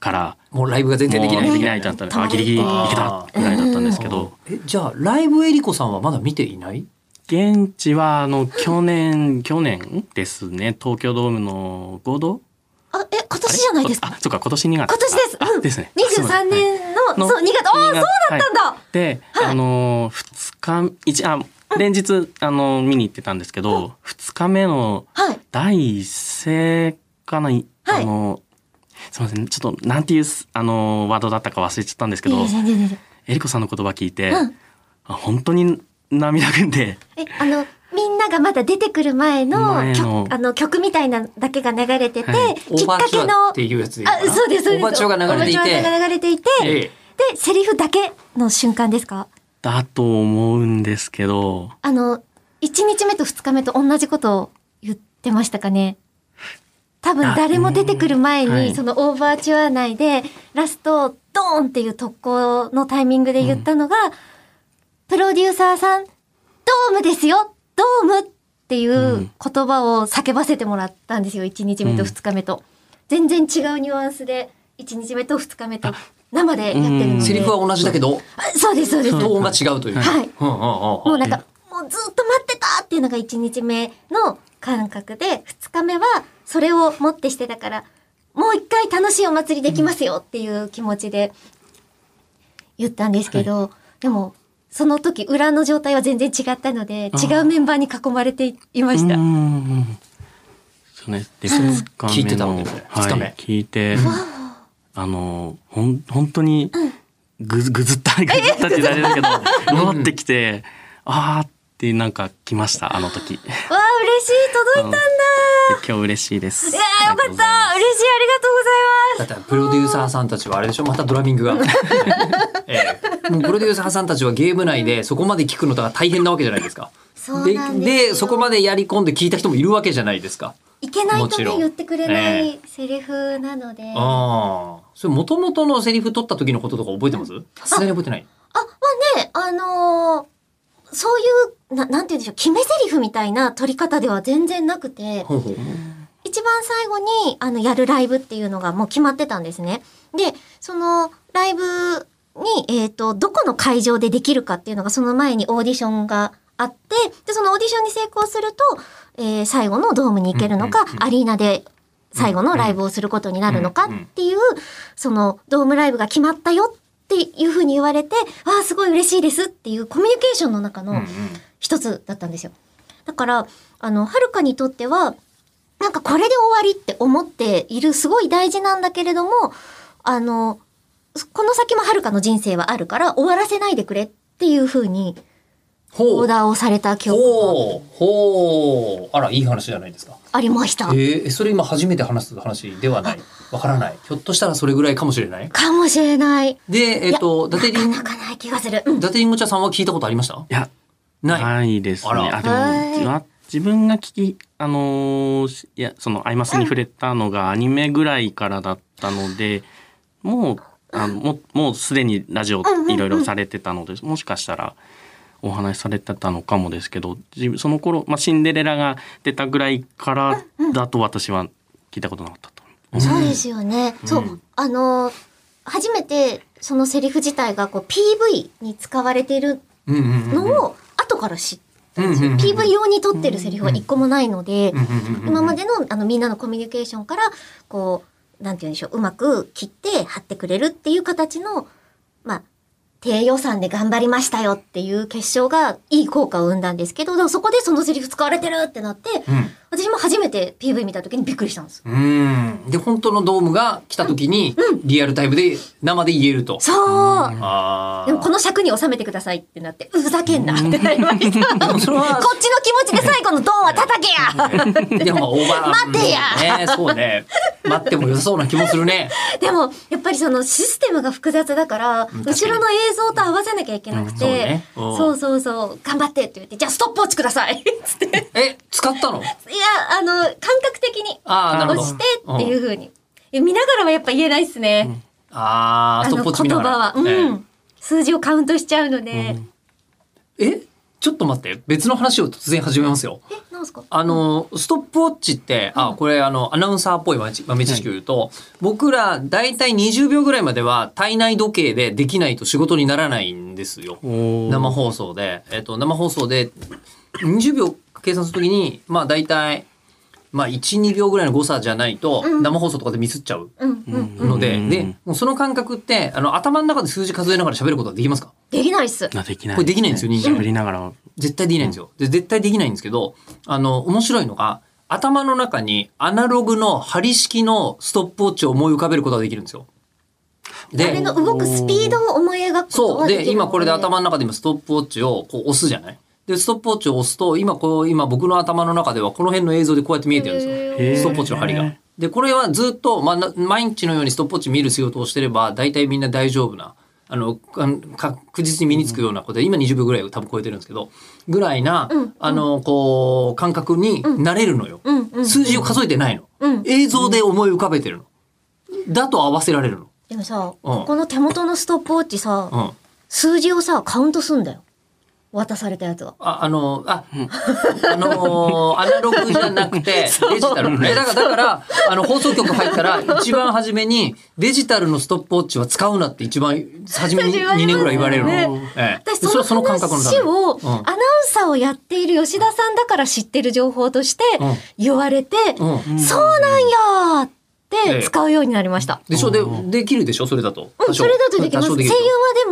Speaker 3: から
Speaker 1: もうライブが全然できない。
Speaker 3: もう
Speaker 2: ね
Speaker 3: できないとなった
Speaker 2: 止ま
Speaker 3: ら
Speaker 2: れ
Speaker 3: あギリギリいけたぐらいだったんですけど
Speaker 1: えじゃあライブエリコさんはまだ見ていない
Speaker 3: 現地はあの去年去年ですね東京ドームの合同
Speaker 2: あ、え、今年じゃないです
Speaker 3: あ
Speaker 2: か
Speaker 3: れあ、そうか、今年2月か。
Speaker 2: 今年ですうん
Speaker 3: あですね。
Speaker 2: ?23 年
Speaker 3: は
Speaker 2: の、
Speaker 3: いの
Speaker 2: そう、2月、おー、そう
Speaker 3: 2月
Speaker 2: だったんだ
Speaker 3: で、あのー、2日、一あ、連日、あのー、見に行ってたんですけど、2日目の
Speaker 2: はい。
Speaker 3: 第一声かな、いあ
Speaker 2: はい
Speaker 3: のー、すみません、ちょっと、なんていうす、あのー、ワードだったか忘れちゃったんですけ
Speaker 2: い
Speaker 3: ど
Speaker 2: や、全然全然
Speaker 3: えりこさんの言葉聞いて、
Speaker 2: うん
Speaker 3: あ本当に涙ぐんで、
Speaker 2: え、あの、みんながまだ出てくる前の
Speaker 3: 前の
Speaker 2: 曲、あの、曲みたいなのだけが流れてて、
Speaker 3: はい
Speaker 1: オ
Speaker 2: きっ
Speaker 1: ーバ
Speaker 2: か
Speaker 1: ーチ
Speaker 2: け
Speaker 1: ュア
Speaker 2: の、
Speaker 1: っていうやつでいいの
Speaker 2: あ
Speaker 1: か、な
Speaker 2: そうです、そうです。
Speaker 1: オーバーチュアが流れてい
Speaker 2: オーバーチュ
Speaker 1: て。
Speaker 2: アが流れていて、
Speaker 1: ええ
Speaker 2: で、セリフだけの瞬間ですか
Speaker 3: だと思うんですけど、
Speaker 2: あの、1日目と2日目と同じことを言ってましたかね多分誰も出てくる前
Speaker 3: あうんは
Speaker 2: に、
Speaker 3: い
Speaker 2: そのオーバーチュア内で、ラスト、ドーンっていう特攻のタイミングで言ったのが、プロデューサーさん、ドームですよドームっていう言葉を叫ばせてもらったんですよ、1日目と2日目と。全然違うニュアンスで、1日目と2日目と生でやってるの
Speaker 3: う
Speaker 2: で。
Speaker 3: ん
Speaker 1: セリフは同じだけど、
Speaker 2: あそうです、そうです。
Speaker 1: トーンが違うという。
Speaker 2: はい
Speaker 1: うんうんうん
Speaker 2: もうなんか、もうずっと待ってたっていうのが1日目の感覚で、2日目はそれをもってしてたから、もう一回楽しいお祭りできますよっていう気持ちで言ったんですけど、でも、その時裏の状態は全然違ったので、
Speaker 3: あー
Speaker 2: 違うメンバーに囲まれていました。
Speaker 3: うんですよね。で、二
Speaker 1: 聞い
Speaker 3: 日
Speaker 1: て
Speaker 3: 目
Speaker 1: たわ
Speaker 3: の、
Speaker 1: けですね二
Speaker 3: は
Speaker 1: 日
Speaker 3: い
Speaker 1: 目、
Speaker 3: 聞いて、あの、ほん、本当に、ぐず、ぐずった、ぐずったって言われるけど、戻ってきて、あーってなんか来ました、あの時。
Speaker 2: わあ、嬉しい届いたんだ
Speaker 3: で今日嬉しいです。
Speaker 2: いやーよかった嬉しいありがとうございます
Speaker 1: だったらプロデューサーさんたちはあれでしょまたドラミン
Speaker 2: [laughs]
Speaker 1: グが、ええもうプロデューサーさんたちはゲーム内でそこまで聞くのが大変なわけじゃないですか
Speaker 2: そうなんですよ
Speaker 1: でそこまでやり込んで聞いた人もいるわけじゃないですか
Speaker 2: いけない
Speaker 1: もち
Speaker 2: と
Speaker 1: ろ
Speaker 2: ね
Speaker 1: ん
Speaker 2: 言ってくれな
Speaker 1: え
Speaker 2: いセリフなので、あ
Speaker 1: ああそれ元々のセリフ取った時のこととか覚えてます [laughs] さすがに覚えてない
Speaker 2: まあねあのーそういうななんて言うんでしょう決めセリフみたいな取り方では全然なくて
Speaker 1: ほうほう
Speaker 2: 一番最後にあのやるライブっていうのがもう決まってたんですね。でそのライブに、えー、とどこの会場でできるかっていうのがその前にオーディションがあってでそのオーディションに成功すると、えー最後のドームに行けるのか、
Speaker 1: うんうんうん
Speaker 2: アリーナで最後のライブをすることになるのか
Speaker 1: うんうんうん
Speaker 2: っていうそのドームライブが決まったよっていうふうに言われてああすごい嬉しいですっていうコミュニケーションの中の、
Speaker 1: うんうん
Speaker 2: 一つだったんですよ。だから、あの、はるかにとっては、なんかこれで終わりって思っているすごい大事なんだけれども、あの、この先もはるかの人生はあるから終わらせないでくれっていうふうに
Speaker 1: ほ
Speaker 2: オー
Speaker 1: う
Speaker 2: ダーをされた曲が
Speaker 1: ほうほうあらいい話じゃないですか
Speaker 2: ありました。
Speaker 1: えー、それ今初めて話す話ではないわからないひょっとしたらそれぐらいかもしれない
Speaker 2: かもしれない。
Speaker 1: でえっ、と伊達りん
Speaker 2: なかない気がする。うん
Speaker 1: 伊達りんごちゃんさんは聞いたことありました
Speaker 3: いや、
Speaker 1: ない、
Speaker 3: ないですね。
Speaker 1: あら
Speaker 3: あでも
Speaker 2: はいう
Speaker 3: わ自分が聞き、あのーしいや、その、アイマスに触れたのがアニメぐらいからだったので、もう、あのもうもうすでにラジオ
Speaker 2: うんうん
Speaker 3: いろいろされてたので、もしかしたらお話しされてたのかもですけど、自分その頃、まあ、シンデレラが出たぐらいからだと私は聞いたことなかったと。
Speaker 2: そうですよね。
Speaker 1: うん。
Speaker 2: そううんあの、初めてそのセリフ自体がこう PV に使われてる
Speaker 1: うんうんうん
Speaker 2: のを後から知ったんですよ。
Speaker 1: うんうんうん
Speaker 2: PV 用に撮ってるセリフは一個もないので
Speaker 1: う、んうんうんうん
Speaker 2: 今までのあのみんなのコミュニケーションから、こう、なんて言うんでしょう、うまく切って貼ってくれるっていう形の、まあ、低予算で頑張りましたよっていう結晶がいい効果を生んだんですけど、でもそこでそのセリフ使われてるってなって、私も初めて PV 見た時にびっくりしたんです。
Speaker 1: うん、うん、で本当のドームが来た時にリアルタイムで生で言えると、
Speaker 2: そう
Speaker 1: ああ
Speaker 2: でもこの尺に収めてくださいってなって、ふざけんなってなりました。こっち
Speaker 1: それ
Speaker 2: の
Speaker 1: は
Speaker 2: 気持ちで最後のドンは叩
Speaker 1: [laughs]
Speaker 2: けや
Speaker 1: いやまあオーバー
Speaker 2: 待てや
Speaker 1: ねそうね待っても良さそうな気もする
Speaker 2: [laughs]
Speaker 1: ね
Speaker 2: でもやっぱりそのシステムが複雑だから
Speaker 1: ん
Speaker 2: 後ろの映像と合わせなきゃいけなくて、
Speaker 1: うんそうねうん
Speaker 2: そうそうそう頑張ってって言ってじゃあストップウォッチください [laughs] っつっていや
Speaker 1: え使ったの
Speaker 2: あの感覚的に
Speaker 1: ああなるほど
Speaker 2: 押してっていうふうに、いや見ながらはやっぱ言えないっすね、
Speaker 1: ああ
Speaker 2: あ
Speaker 1: ストッ
Speaker 2: の
Speaker 1: プウォッチ見
Speaker 2: 言
Speaker 1: なが
Speaker 2: 葉は
Speaker 1: ら、、
Speaker 2: うん
Speaker 1: え
Speaker 2: 数字をカウントしちゃうので、
Speaker 1: ええちょっと待って別の話を突然始めますよ
Speaker 2: えなんすか
Speaker 1: あのストップウォッチってあこれあのアナウンサーっぽい豆知豆知識を言うと、僕ら大体20秒ぐらいまでは体内時計でできないと仕事にならないんですよ生
Speaker 3: 生
Speaker 1: 放送で、えっと、生放送で20秒計算するときに、まあ大体、まあ1、2秒ぐらいの誤差じゃないと、
Speaker 2: うん
Speaker 1: 生放送とかでミスっちゃう
Speaker 2: うんうんうん
Speaker 1: ので、
Speaker 3: うん
Speaker 1: で、もうその感覚って、あの、頭の中で数字数えながら喋ることはできますか
Speaker 2: できないっす
Speaker 3: なできない。
Speaker 1: これできないんですよ人間
Speaker 3: 喋りながら。
Speaker 1: 絶対できないんですよ。で、絶対できないんですけど、あの、面白いのが、頭の中にアナログの針式のストップウォッチを思い浮かべることができるんですよ。
Speaker 2: あれの動くスピードを思い描くこと
Speaker 1: そ
Speaker 2: は
Speaker 1: う。
Speaker 2: できる
Speaker 1: で、今これで頭
Speaker 2: の
Speaker 1: の中で今ストップウォッチをこう押すじゃないで、ストップウォッチを押すと、今こう、今僕の頭の中ではこの辺の映像でこうやって見えてるんですよ。
Speaker 3: へー
Speaker 1: ストップウォッチの針が。で、これはずっと、まあな、毎日のようにストップウォッチ見る仕事をしてれば、大体みんな大丈夫な、あの、か確実に身につくようなことで、今20秒ぐらい多分超えてるんですけど、ぐらいな、
Speaker 2: うん
Speaker 1: あの、こう、感覚になれるのよ。
Speaker 2: うんうん
Speaker 1: 数字を数えてないの。
Speaker 2: うん
Speaker 1: 映像で思い浮かべてるの。だと合わせられるの。
Speaker 2: でもさ、ここの手元のストップウォッチさ、
Speaker 1: うん。
Speaker 2: 数字をさ、カウントすんだよ。渡されたやつが。
Speaker 1: あ、あの、あ、あのーアナログじゃなく
Speaker 2: [laughs]
Speaker 1: て、デジタルのね。だから、だから、あの、放送局入ったら、一番初めに、デジタルのストップウォッチは使うなって一番
Speaker 2: [laughs]
Speaker 1: 初めに
Speaker 2: 言われますよね
Speaker 1: 2年ぐらい言われるの。ええ
Speaker 2: 私その
Speaker 1: その感覚のた
Speaker 2: 話
Speaker 1: めに
Speaker 2: を、
Speaker 1: うん
Speaker 2: アナウンサーをやっている吉田さんだから知ってる情報として
Speaker 1: うん
Speaker 2: 言われて、
Speaker 1: うん
Speaker 2: そうなんやーっ
Speaker 1: ええ
Speaker 2: て使うようになりました。
Speaker 1: でしょで
Speaker 3: おー
Speaker 1: できるでしょそれだと。
Speaker 2: うん、それだとできます。
Speaker 1: 多少
Speaker 2: 声
Speaker 1: で
Speaker 2: 優
Speaker 1: し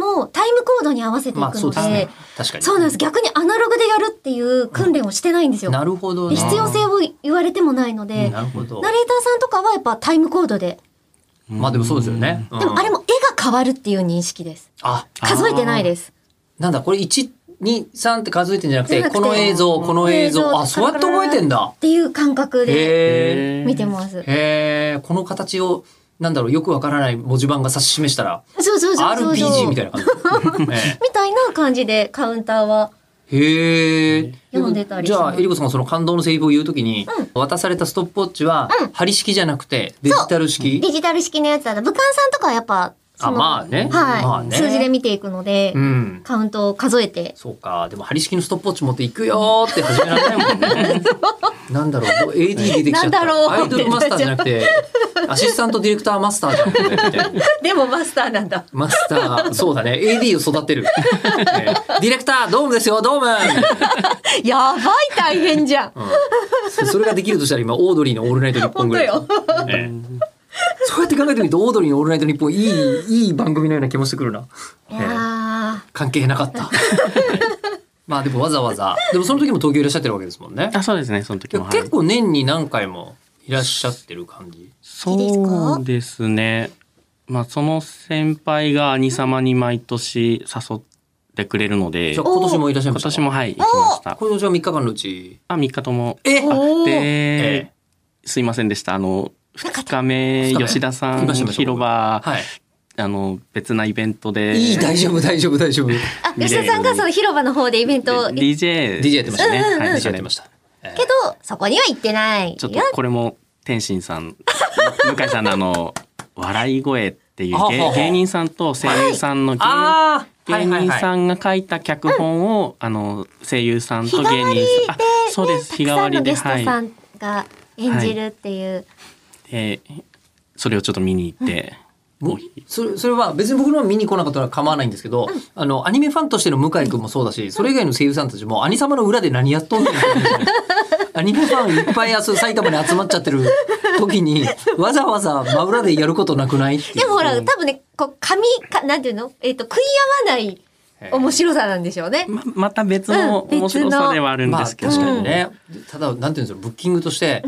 Speaker 1: ょ
Speaker 2: はでもタイムコードに合わせていく
Speaker 1: まあそ
Speaker 2: の
Speaker 1: うです
Speaker 2: で
Speaker 1: ね、。確かに。
Speaker 2: そうなんです。逆にアナログでやるっていう訓練をしてないんですよ。
Speaker 1: なるほど
Speaker 2: で
Speaker 1: ね。
Speaker 2: 必要性を言われてもないの
Speaker 1: う
Speaker 2: で、
Speaker 1: んな
Speaker 2: ナレ
Speaker 1: るほど
Speaker 2: ーター。さんとかはやっぱタイムコードで、
Speaker 1: まあでもそうですよね。
Speaker 2: でもあれ
Speaker 1: も。
Speaker 2: も絵が変わるっていう認識です。
Speaker 1: あ、
Speaker 2: 数えてないです。
Speaker 1: なんだこれ一二三って数えてんじゃなくて
Speaker 2: じゃなくて
Speaker 1: この映像この映像あそうやって覚えてんだ
Speaker 2: っ。ていう感覚で
Speaker 1: へえ。
Speaker 3: え
Speaker 2: 見てます。
Speaker 1: へえ。この形をなんだろうよくわからない文字盤が指し示したら
Speaker 2: そうそうそうそうそう。
Speaker 1: RPG みたいな
Speaker 2: [laughs]
Speaker 1: 感じ。え
Speaker 2: みたいな感じでカウンターは。
Speaker 1: えへえ。
Speaker 2: 読んでたりし
Speaker 1: じ
Speaker 2: ま
Speaker 1: ゃあ
Speaker 2: す
Speaker 1: えりこさんがその感動のセリフを言うときに渡されたストップウォッチは針式じゃなくてデジタル式
Speaker 2: デ。ジタル式のやつだと、武漢さんとかはやっぱ、そ
Speaker 1: あ
Speaker 2: の
Speaker 1: まあね。
Speaker 2: はい、
Speaker 1: まあね。
Speaker 2: 数字で見ていくので、
Speaker 1: うん。
Speaker 2: カウントを数えて。
Speaker 1: そうか。でも、針式のストップウォッチ持って行くよーって始められないもんね。なんだろう、もう AD 出てきちゃ
Speaker 2: なん
Speaker 1: った。
Speaker 2: だろう
Speaker 1: アイドルマスターじゃなくて、アシスタントディレクターマスターじゃなくて、みたいな。
Speaker 2: でもマスターなんだ。
Speaker 1: マスター、そうだね。AD を育てる。ねディレクター、ドームですよ、ドーム
Speaker 2: やばい大変じゃん。
Speaker 1: そそれができるとしたら今、オードリーのオールナイト日本ぐらい。
Speaker 2: 本
Speaker 1: ねそうやって考えてみると、オードリーのオールナイト日本、いい、いい番組のような気もしてくるな。
Speaker 2: いや
Speaker 1: 関係なか
Speaker 2: [laughs]
Speaker 1: った。まあでもわざわざ、でもその時も東京いらっしゃってるわけですもんね。
Speaker 3: あそうですねその時も、はい、
Speaker 1: 結構年に何回もいらっしゃってる感じ。
Speaker 3: そうですねまあその先輩が兄様に毎年誘ってくれるので
Speaker 1: じゃあ
Speaker 3: 今
Speaker 1: 今年もいらっしゃいました。
Speaker 3: 年も。はい行きました
Speaker 1: これじゃあ3日間のうち。
Speaker 3: あ3日とも
Speaker 1: え
Speaker 2: ーおー
Speaker 3: です
Speaker 1: え
Speaker 3: すいませんでしたあの2日目
Speaker 1: 二日目
Speaker 3: 吉田さ
Speaker 1: 行き
Speaker 3: ん
Speaker 1: ましょう行きましょう
Speaker 3: 広場、
Speaker 1: はい。
Speaker 3: あの別なイベントで
Speaker 1: いい、大丈夫、大丈夫、大丈夫。
Speaker 2: あ、吉田さんがその広場の方でイベントを、け
Speaker 3: DJ
Speaker 1: DJ やってましたね。
Speaker 3: です
Speaker 1: はい、
Speaker 3: はい
Speaker 1: DJ やってました。えー
Speaker 2: ど、そこには行ってないよ。
Speaker 3: ちょっとこれも天心さん向井さんのあの笑い声っていう
Speaker 1: あはは
Speaker 3: 芸芸人さんと声優さんの芸
Speaker 1: ああ、は
Speaker 3: 芸
Speaker 1: いはい
Speaker 3: 人
Speaker 1: は
Speaker 3: さ
Speaker 1: い。
Speaker 3: んが書いた脚本を、あの声優さんと
Speaker 2: 日替
Speaker 3: 芸
Speaker 2: わりで
Speaker 3: 人さんあそうです日替わりで
Speaker 2: たくさんのゲストさ
Speaker 3: は
Speaker 2: んが演じるっていう。
Speaker 3: いでそれをちょっと見に行って、
Speaker 1: もうそれそれは別に僕のは見に来なかったら構わないんですけど、あのアニメファンとしての向井君もそうだしそれ以外の声優さんたちも「兄様の裏で何やっとんねん」 [laughs] アニメファンいっぱい明日埼玉に集まっちゃってる時にわざわざ真裏でやることなくないっていう
Speaker 2: でもほら、多分ね、こう、髪か、なんていうのえっ、と、食い合わない面白さなんでしょうね。
Speaker 3: ままた別の
Speaker 2: うん別の
Speaker 3: 面白さではあるんですけど、
Speaker 1: まあ、確かにね、ただなんていうんですかブッキングとして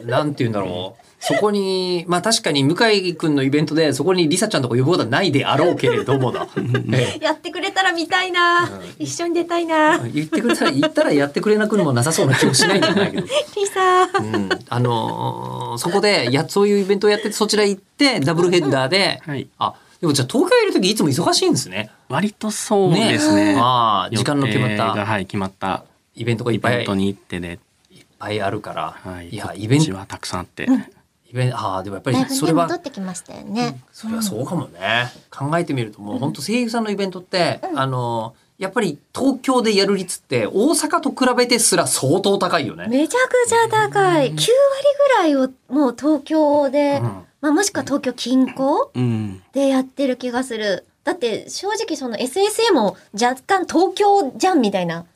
Speaker 1: うんなんていうんだろうそこにまあ確かに向井君のイベントでそこにりさちゃんとか呼ぶことはないであろうけれどもだ、ええ
Speaker 2: やってくれたら見たいな、一緒に出たいな、
Speaker 1: 言ってくれたら言ったらやってくれなくもなさそうな気もしないでもないけど、
Speaker 2: リサー。
Speaker 1: うん、あのーそこでやそういうイベントをやっててそちら行ってダブルヘッダーで、
Speaker 3: はい
Speaker 1: あでもじゃあ東京いる時いつも忙しいんですね。
Speaker 3: 割とそうですね
Speaker 1: ああ時間の決まっ
Speaker 3: 予定が
Speaker 1: た
Speaker 3: はい決まった
Speaker 1: イベントがいっ
Speaker 3: イ
Speaker 1: ぱ
Speaker 3: ベ
Speaker 1: い
Speaker 3: ントに行ってで、
Speaker 1: いっぱいあるから、
Speaker 3: はい、
Speaker 1: いや
Speaker 3: こっち
Speaker 1: イベント
Speaker 3: はたくさんあって、
Speaker 1: イベンああでもやっぱり
Speaker 2: ライブ
Speaker 1: それ
Speaker 2: に戻
Speaker 1: は
Speaker 2: ってきましたよね。
Speaker 1: それはそうかもね、考えてみるともう本当声優さんのイベントって、あのやっぱり東京でやる率って大阪と比べてすら相当高いよね。
Speaker 2: めちゃくちゃ高い。9割ぐらいをもう東京で、
Speaker 1: うん
Speaker 2: まあもしくは東京近郊
Speaker 3: うん、
Speaker 2: でやってる気がする。だって正直その SSA も若干東京じゃんみたいな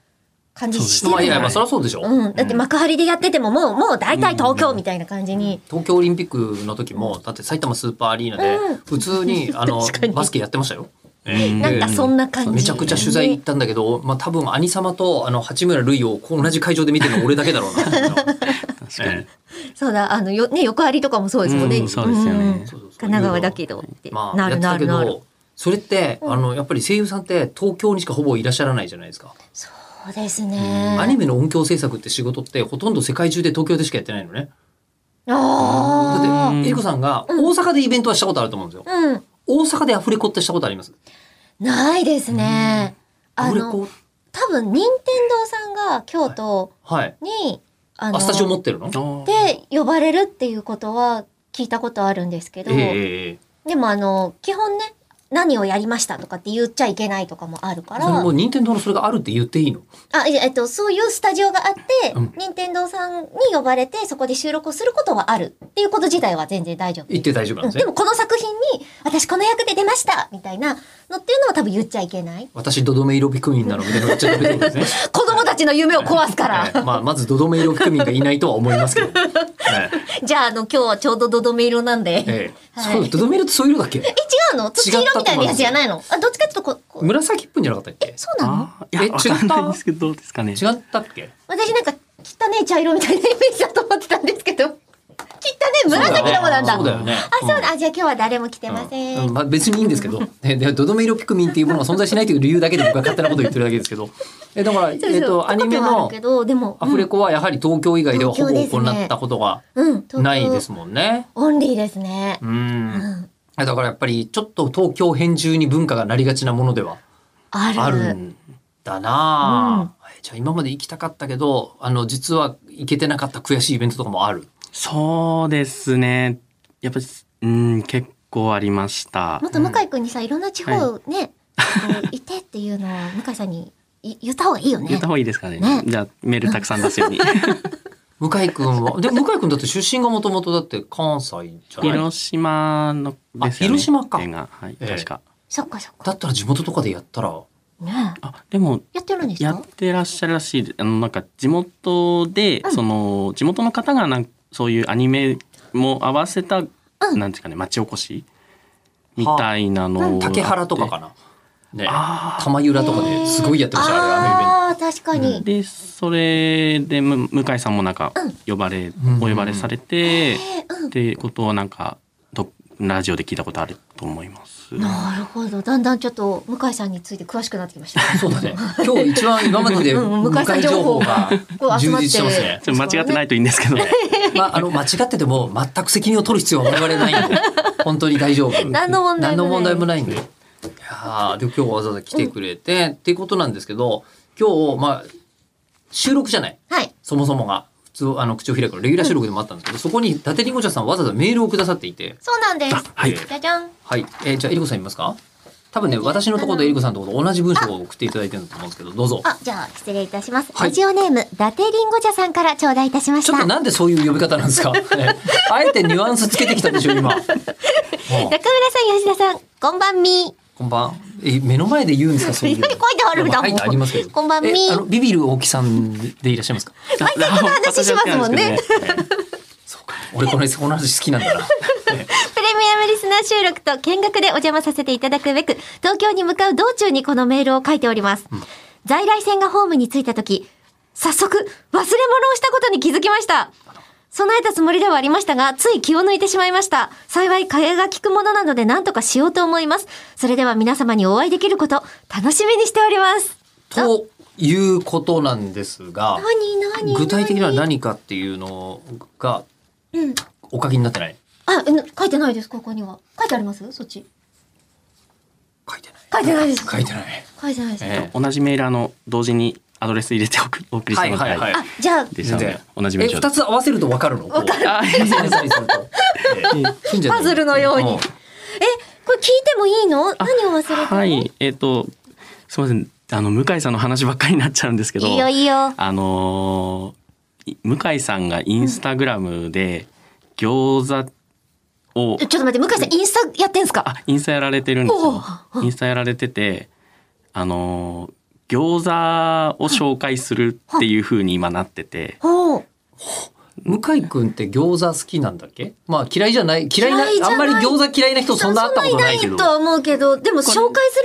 Speaker 2: 感じしてる。
Speaker 1: まあいやまあ
Speaker 3: はい
Speaker 1: そりゃそうでしょ、
Speaker 2: うん。だって幕張でやっててももう、もう大体東京みたいな感じに。
Speaker 1: 東京オリンピックの時もだって埼玉スーパーアリーナで
Speaker 2: うん
Speaker 1: 普通
Speaker 2: [laughs]
Speaker 1: にあの
Speaker 2: 確かに
Speaker 1: バスケやってましたよ。
Speaker 3: うん
Speaker 2: なんかそんな感じ。
Speaker 1: めちゃくちゃ取材行ったんだけど、まあ多分兄様とあの八村塁を同じ会場で見てるの俺だけだろう
Speaker 2: [laughs]
Speaker 1: な。
Speaker 3: 確かに
Speaker 2: そうだ、あの、よ、ね、横張りとかもそうですよね。
Speaker 3: うんそうですよね
Speaker 2: うん
Speaker 1: そうそうそう
Speaker 2: 神奈川だけどって。
Speaker 1: まあ
Speaker 2: な
Speaker 1: やっ
Speaker 2: る
Speaker 1: て
Speaker 2: な
Speaker 1: たけ
Speaker 2: るなる。
Speaker 1: ど、それってあのやっぱり声優さんって東京にしかほぼいらっしゃらないじゃないですか。
Speaker 2: そうですね。
Speaker 1: アニメの音響制作って仕事ってほとんど世界中で東京でしかやってないのね。だ
Speaker 2: あ
Speaker 1: って、えりこさんが大阪でイベントはしたことあると思うんですよ。
Speaker 2: あ。うん。
Speaker 1: 大阪でアフレコってしたことあります
Speaker 2: ないですね。
Speaker 1: ア
Speaker 2: あ
Speaker 1: フレ
Speaker 2: の、
Speaker 1: コ
Speaker 2: 多分、任天堂さんが京都
Speaker 1: はい。
Speaker 2: に、あ
Speaker 1: あ、スタジオ持ってるの
Speaker 2: で呼ばれるっていうことは聞いたことあるんですけど、
Speaker 1: ええええ。
Speaker 2: でもあの、基本ね、何をやりましたとかって言っちゃいけないとかもあるから、
Speaker 1: それも任天堂のそれがあるって言っていいの
Speaker 2: あ、いやえっと、そういうスタジオがあって、
Speaker 1: うん
Speaker 2: 任天堂さんに呼ばれて、そこで収録をすることはあるっていうこと自体は全然大丈夫。
Speaker 1: 言って大丈夫なん
Speaker 2: う
Speaker 1: で
Speaker 2: ん
Speaker 1: すね
Speaker 2: で。もこの作品に、私この役で出ましたみたいなのっていうのは多分言っちゃいけない。
Speaker 1: 私、ドドメイロピクミンなのみたいなの言っちゃダ
Speaker 2: [laughs]
Speaker 1: メってことですね。
Speaker 2: 子供たちの夢を壊すから。 [laughs]
Speaker 1: ええまあ、まずドドメイロピクミンがいないとは思いますけど。
Speaker 3: はい
Speaker 2: じゃあ、あの、今日はちょうどドドメ色なんで。
Speaker 1: ええ、
Speaker 2: はい
Speaker 1: そう、ドドメルってそういう色だっけ
Speaker 2: え、違うの土色みたいなやつじゃないのあ、どっちかっていうとこう、こう、
Speaker 1: 紫っぽいんじゃなかったっけ
Speaker 2: そうなの
Speaker 3: あーい
Speaker 1: え
Speaker 3: や、わかんない
Speaker 1: 違
Speaker 3: ん
Speaker 1: った
Speaker 3: ですけど、どうですかね。
Speaker 1: 違ったっけ
Speaker 2: 私なんか、汚ねえ茶色みたいなイメージだと思ってたんですけど。汚 [laughs] ねえ紫のもなんだ。
Speaker 1: そうだよね。
Speaker 2: あ、そう
Speaker 1: うん
Speaker 2: だ。あ、じゃあ今日は誰も来てません。
Speaker 1: うんまあ、別にいいんですけど、 [laughs] ね、でドドメイロピクミンっていうものが存在しないという理由だけで僕は勝手なことを言ってるだけですけどえだから、えっ
Speaker 2: そうそう
Speaker 1: と、アニメ
Speaker 2: 過去ではあ
Speaker 1: の
Speaker 2: るけど、でも、
Speaker 1: アフレコはやはり東京以外ではほぼ
Speaker 2: 東京ですね
Speaker 1: 行ったことが
Speaker 2: うん、うん東京
Speaker 1: ないですもんね。
Speaker 2: オンリーですね。
Speaker 1: う、
Speaker 2: うんん。
Speaker 1: だからやっぱりちょっと東京編中に文化がなりがちなものでは
Speaker 2: ある。
Speaker 1: あるんだなあ、えじゃあ今まで行きたかったけどあの実は行けてなかった悔しいイベントとかもある
Speaker 3: そうですね。やっぱり、うん、結構ありました
Speaker 2: も。っと向井くんにさ、いろんな地方ね、こういてっていうのを向井さんにい言った方がいいよね。
Speaker 3: 言った方がいいですかね。
Speaker 2: ね
Speaker 3: じゃあ、メールたくさん出すように。
Speaker 1: 向井くん
Speaker 2: [laughs]
Speaker 1: はで向井くんだって出身がもともとだって関西じゃない
Speaker 3: 広島のですよ
Speaker 1: あ
Speaker 3: ね。
Speaker 1: 広島か
Speaker 3: 映画はい、
Speaker 1: ええ
Speaker 3: 確か。
Speaker 2: そっかそっか。
Speaker 1: だったら地元とかでやったら
Speaker 2: ねえ
Speaker 3: あ、でも、
Speaker 2: やってるんです
Speaker 3: や
Speaker 2: か
Speaker 3: ってらっしゃるらしいであのなんか地元で、
Speaker 2: うん
Speaker 3: その地元の方がなんそういうアニメも合わせた、なんていうかね町おこしみたいなのを
Speaker 1: 竹原とか
Speaker 3: あっ
Speaker 1: かな。ね
Speaker 3: て。あー
Speaker 1: 玉浦とかですごいやってました、あれ、あのイベント。
Speaker 2: ああー、確かに。
Speaker 3: でそれでむ向井さんもなんか呼ばれ、
Speaker 1: ん
Speaker 3: お呼ばれされて、
Speaker 2: えーうん
Speaker 3: ってことはなんかどラジオで聞いたことあると思います。
Speaker 2: なるほど。だんだんちょっと向井さんについて詳しくなってきました。
Speaker 1: [laughs] そうだね。今日一番今までで
Speaker 2: うんうん
Speaker 1: 向
Speaker 2: 向井さ
Speaker 1: か
Speaker 2: ん
Speaker 1: い
Speaker 2: 情
Speaker 1: 情
Speaker 2: 報
Speaker 1: 報
Speaker 2: が
Speaker 1: が充実してますね。
Speaker 3: ちょっと間違ってないといいんです
Speaker 2: [laughs]
Speaker 3: けど、ね、
Speaker 1: まあ、あの、間違ってても全く責任を取る必要は我々ないん
Speaker 2: [laughs]
Speaker 1: で、本当に大丈夫。
Speaker 2: 何の問題もな
Speaker 1: 何
Speaker 2: い
Speaker 1: の問題もないんで。いやーで、今日わざわざ来てくれて、っていうことなんですけど、今日、まあ、収録じゃない。
Speaker 2: はい。
Speaker 1: そもそもが。普通、あの、口を開くのレギュラー収録でもあったんですけど、そこに伊達りんご茶さんわざわざメールをくださっていて、
Speaker 2: そうなんです。
Speaker 3: はい
Speaker 2: じゃじゃん。
Speaker 1: はい、えーじゃあえりこさんいますか多分ね私のところとえりこさんのところと同じ文章を送っていただいてるんだと思うんですけどどうぞ
Speaker 2: あ、じゃあ失礼いたします。
Speaker 1: はい
Speaker 2: ラジオネーム、伊達りんご茶さんから頂戴いたしまし。
Speaker 1: ちょったと
Speaker 2: 中
Speaker 1: なんでそういう呼び方なんです
Speaker 2: [laughs]
Speaker 1: か、ね、あえてニュアンスつけてきたでしょ今もう
Speaker 2: 村さん、吉田さん、こんばんみ。
Speaker 1: こんばんえ目の前で言うんですかそういう
Speaker 2: い [laughs] や書いてあるんだもん
Speaker 1: 書いてありますけど
Speaker 2: [laughs] こんばんみ
Speaker 1: えあのビビる大木さんでいらっしゃいますか
Speaker 3: 毎回
Speaker 1: [laughs]
Speaker 3: この
Speaker 2: 話しますもんね。
Speaker 1: 俺このこの話好きなんだ
Speaker 2: [laughs]
Speaker 1: な
Speaker 2: プレミアムリスナー収録と見学でお邪魔させていただくべく、東京に向かう道中にこのメールを書いております。在来線がホームに着いた時、早速、忘れ物をしたことに気づきました。備えたつもりではありましたが、つい気を抜いてしまいました。幸い、替えが利くものなので何とかしようと思います。それでは皆様にお会いできること、楽しみにしております。
Speaker 1: ということなんですが
Speaker 2: 何何
Speaker 1: 具体的には何かっていうのが
Speaker 2: うん。
Speaker 1: お書きになってない
Speaker 2: あ、うん書いてないです、ここには。書いてありますそっち。
Speaker 1: 書いてない
Speaker 2: 書いてないです。
Speaker 1: 書いてない
Speaker 2: 書いてないです。
Speaker 1: え
Speaker 3: [laughs] 同じメールあの同時にアドレス入れておくお送りしたので、
Speaker 1: はいはいはい
Speaker 2: あ、じゃあ、
Speaker 3: でしたの
Speaker 1: 全
Speaker 3: で
Speaker 1: 然
Speaker 3: 同じメ
Speaker 1: え
Speaker 3: ール
Speaker 1: 二つ合わせるとわかるのわかる
Speaker 3: あ
Speaker 2: [laughs] パズルのように
Speaker 1: ん
Speaker 2: え、これ聞いてもいいの何を忘れてるの、
Speaker 3: はい、えっ、と、すみません、あの向井さんの話ばっかりになっちゃうんですけど。
Speaker 2: いいよいいよ。
Speaker 3: あのーい向井さんがインスタグラムで餃子を、
Speaker 2: ちょっと待って、向井さんインスタやってんすか
Speaker 3: あ、インスタやられてるんですよ
Speaker 2: お。
Speaker 3: インスタやられてて、あのー餃子を紹介するっていう風に今なってて、
Speaker 2: ほう。
Speaker 1: 向井くんって餃子好きなんだっけまあ嫌いじゃない嫌いな
Speaker 2: 嫌いじゃない
Speaker 1: あんまり餃子嫌いな人そんな会ったことないけど
Speaker 2: とは思うけど、でも紹介する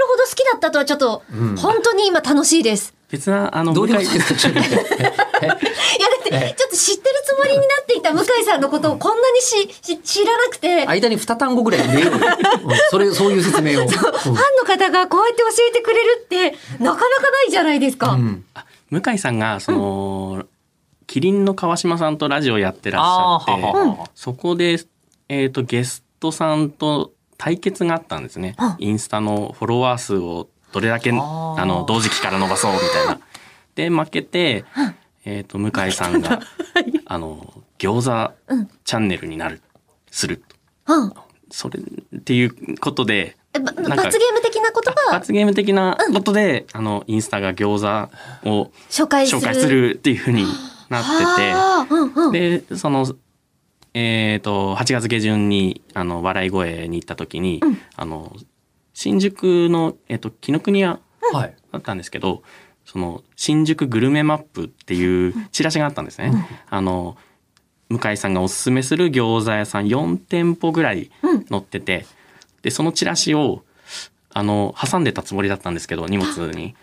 Speaker 2: ほど好きだったとはちょっと、
Speaker 1: うん
Speaker 2: 本当に今楽しいです。
Speaker 3: 別なあの
Speaker 1: どうで
Speaker 3: 向
Speaker 1: も
Speaker 3: 井
Speaker 1: いいですかちょっと待って
Speaker 2: いや、だっ
Speaker 1: え
Speaker 2: て
Speaker 1: え、
Speaker 2: ちょっと知ってるつもりになっていた向井さんのことをこんなにし、し知らなくて、ファン
Speaker 1: 間に二単語ぐらい入れ
Speaker 2: [laughs]
Speaker 1: ようようんそれそういう説明を
Speaker 2: の方がこうやって教えてくれるって、なかなかないじゃないですか。
Speaker 1: うんうん
Speaker 3: あ向井さんがその、キリンの川島さんとラジオやってらっしゃって
Speaker 1: あーはははは
Speaker 3: そこで、えー、とゲストさんと対決があったんですね、
Speaker 2: うん
Speaker 3: インスタのフォロワー数をどれだけ
Speaker 1: あ
Speaker 3: あ
Speaker 1: ー
Speaker 3: の同時期から伸ばそうみたいな。で負けて、えー、と向井さ
Speaker 1: [laughs]
Speaker 3: んがあの餃
Speaker 2: うん
Speaker 3: 子チャンネルになるすると
Speaker 2: うん。
Speaker 3: それっていうことで
Speaker 2: えば
Speaker 3: なんか
Speaker 2: 罰ゲーム的なことが
Speaker 3: 罰ゲーム的なことで、あのインスタが餃子を
Speaker 2: 紹介する。
Speaker 3: 紹介するっていうふうになっ
Speaker 2: はあうんうん。
Speaker 3: ててでそのえっ、と8月下旬にあの笑い声に行った時に、
Speaker 2: うん
Speaker 3: あの新宿の、えっと紀ノ国屋
Speaker 1: はい
Speaker 3: だったんですけどその新宿グルメマップっていうチラシがあったんですね。あの向井さんがおすすめする餃子屋さん4店舗ぐらい
Speaker 2: うん
Speaker 3: 載ってて、でそのチラシをあの挟んでたつもりだったんですけど荷物に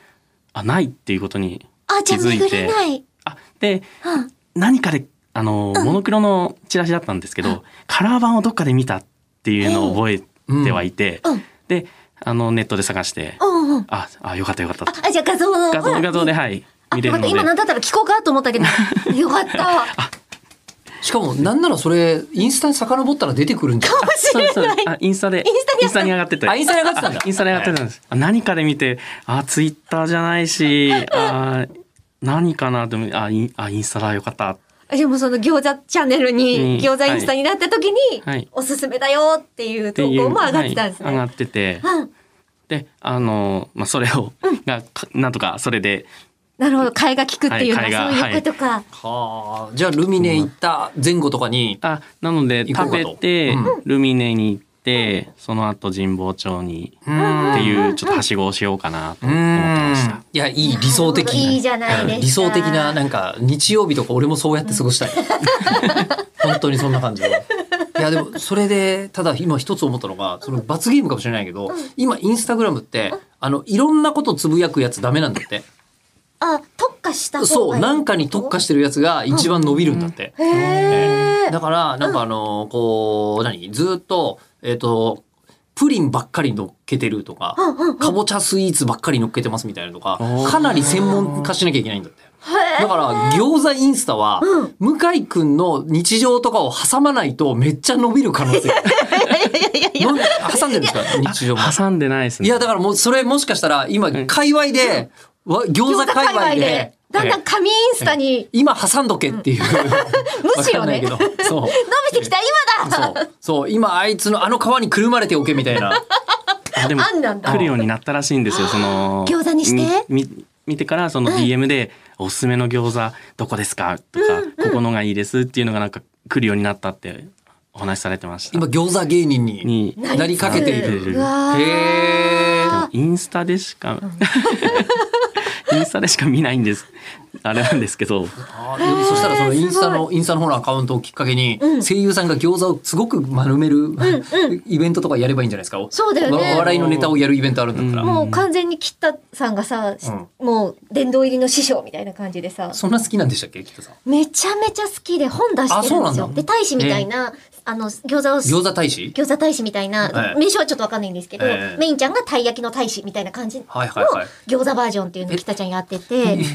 Speaker 3: あないっていうことに
Speaker 2: あ、じゃあ
Speaker 3: 気づいて
Speaker 2: 巡れない。
Speaker 3: あで
Speaker 2: うん。
Speaker 3: 何かであの、モノクロのチラシだったんですけど、カラー版をどっかで見たっていうのを覚えてはいて、
Speaker 2: うん。
Speaker 3: であのネットで探して、
Speaker 2: うんうん。
Speaker 3: ああよかったよかった
Speaker 2: あ、あじゃあ画像の。
Speaker 3: 画像画像ではい
Speaker 2: あ
Speaker 3: 見れるの
Speaker 2: 待って今
Speaker 3: で
Speaker 2: なんだったら聞こうかと思ったけど。
Speaker 3: [laughs]
Speaker 2: よかった。
Speaker 1: しかもなんならそれインスタに遡ったら出てくるんじゃない
Speaker 3: そうそうあインスタでインスタに上がってた
Speaker 1: あインスタに上がってたんだ
Speaker 3: あインスタに上がってたんです、あ何かで見てあツイッターじゃないしあ何かなでもあインあインスタだよかった
Speaker 2: でもその餃子チャンネルに、
Speaker 3: うん
Speaker 2: 餃子インスタになった時に、
Speaker 3: はい
Speaker 2: おすすめだよっていう
Speaker 3: って
Speaker 2: 投
Speaker 3: いう
Speaker 2: 稿も上がってたんですね。
Speaker 3: はい上がってて
Speaker 2: うん、
Speaker 3: であの、まあ、それを、がかなんとかそれで
Speaker 2: なるほど替えが効くっていうのは、
Speaker 3: はい替えが
Speaker 2: そういうことか、
Speaker 1: はあじゃあルミネ行った前後とかに、
Speaker 3: あなので
Speaker 1: 行こう
Speaker 3: 食
Speaker 1: か
Speaker 3: べ
Speaker 1: と
Speaker 3: て、
Speaker 1: う
Speaker 3: ルミネに行って、その後神保町に
Speaker 1: うーん
Speaker 3: っていうちょっとはしごをしようかなと
Speaker 1: う
Speaker 3: 思ってまし
Speaker 1: ー
Speaker 3: た
Speaker 1: ん。いやいい理想的
Speaker 2: いいじゃないですか
Speaker 1: うん理想的ななんか日曜日とか俺もそうやって過ご
Speaker 3: [laughs]
Speaker 1: したい本当にそんな感じでいやでもそれでただ今一つ思ったのがその罰ゲームかもしれないけど今インスタグラムってあのいろんなことつぶやくやつダメなんだって
Speaker 2: あ特化した方がいい
Speaker 1: そうなんかに特化してるやつが一番伸びるんだって
Speaker 2: へえ、
Speaker 1: だからなんかあのこう何ずっとえっ、とプリンばっかり乗っけてるとか、
Speaker 2: うんうんうん
Speaker 1: かぼちゃスイーツばっかり乗っけてますみたいなのとか
Speaker 3: おー
Speaker 1: かなり専門化しなきゃいけないんだって
Speaker 2: へえ
Speaker 1: だから餃子インスタは、向井くんの日常とかを挟まないとめっちゃ伸びる可能性の挟んでるんですか日常も
Speaker 3: 挟んでないですね。
Speaker 1: いやだからもうそれもしかしたら今
Speaker 3: ん
Speaker 1: 界隈で、わ餃子
Speaker 2: 餃子
Speaker 1: 界
Speaker 2: 界
Speaker 1: 隈
Speaker 2: 隈
Speaker 1: で
Speaker 2: でだんだん紙インスタに
Speaker 1: 今挟んどけっていう、 [laughs]
Speaker 2: むし
Speaker 1: わ
Speaker 2: ろね
Speaker 1: かんないけどそう
Speaker 2: 伸びてきた今だ、
Speaker 1: そう。そう。今、あいつのあの川にくるまれておけみたいな。
Speaker 3: あでも
Speaker 2: あんなんだ
Speaker 3: 来るようになったらしいんですよ。その
Speaker 2: 餃子にして
Speaker 3: みみ見てからその DM でおすすめの餃子どこですかとか、ここのがいいですっていうのがなんか来るようになったってお話しされてました。
Speaker 1: 今、餃子芸人に
Speaker 3: に
Speaker 1: なりかけている。
Speaker 2: うわー
Speaker 1: へー
Speaker 3: インスタでしか [laughs] インスタでしか見ないんです。あれなんですけど。
Speaker 1: あーそしたらそのインスタの、インスタの方のアカウントをきっかけに、声優さんが餃子をすごく丸める、イベントとかやればいいんじゃないですか。
Speaker 2: そうだよね
Speaker 1: わ笑いのネタをやるイベントあるんだったら。
Speaker 2: もう完全に吉田さんがさ、
Speaker 1: ん
Speaker 2: もう殿堂入りの師匠みたいな感じでさ
Speaker 1: そんな好きなんでしたっけ、キ田さん。
Speaker 2: めちゃめちゃ好きで本出してるん
Speaker 1: あ
Speaker 2: で
Speaker 1: そう
Speaker 2: す
Speaker 1: な
Speaker 2: よ
Speaker 1: んだ
Speaker 2: で大使みたいな、あの餃子を
Speaker 1: 餃子大使
Speaker 2: 餃子大使みたいな、
Speaker 1: ええ
Speaker 2: 名称はちょっとわかんないんですけど、
Speaker 1: ええ
Speaker 2: メインちゃんがたい焼きの大使みたいな感じの
Speaker 1: はいはいはい
Speaker 2: 餃子バージョン [laughs] っていうのを北ちゃんやってて、
Speaker 1: い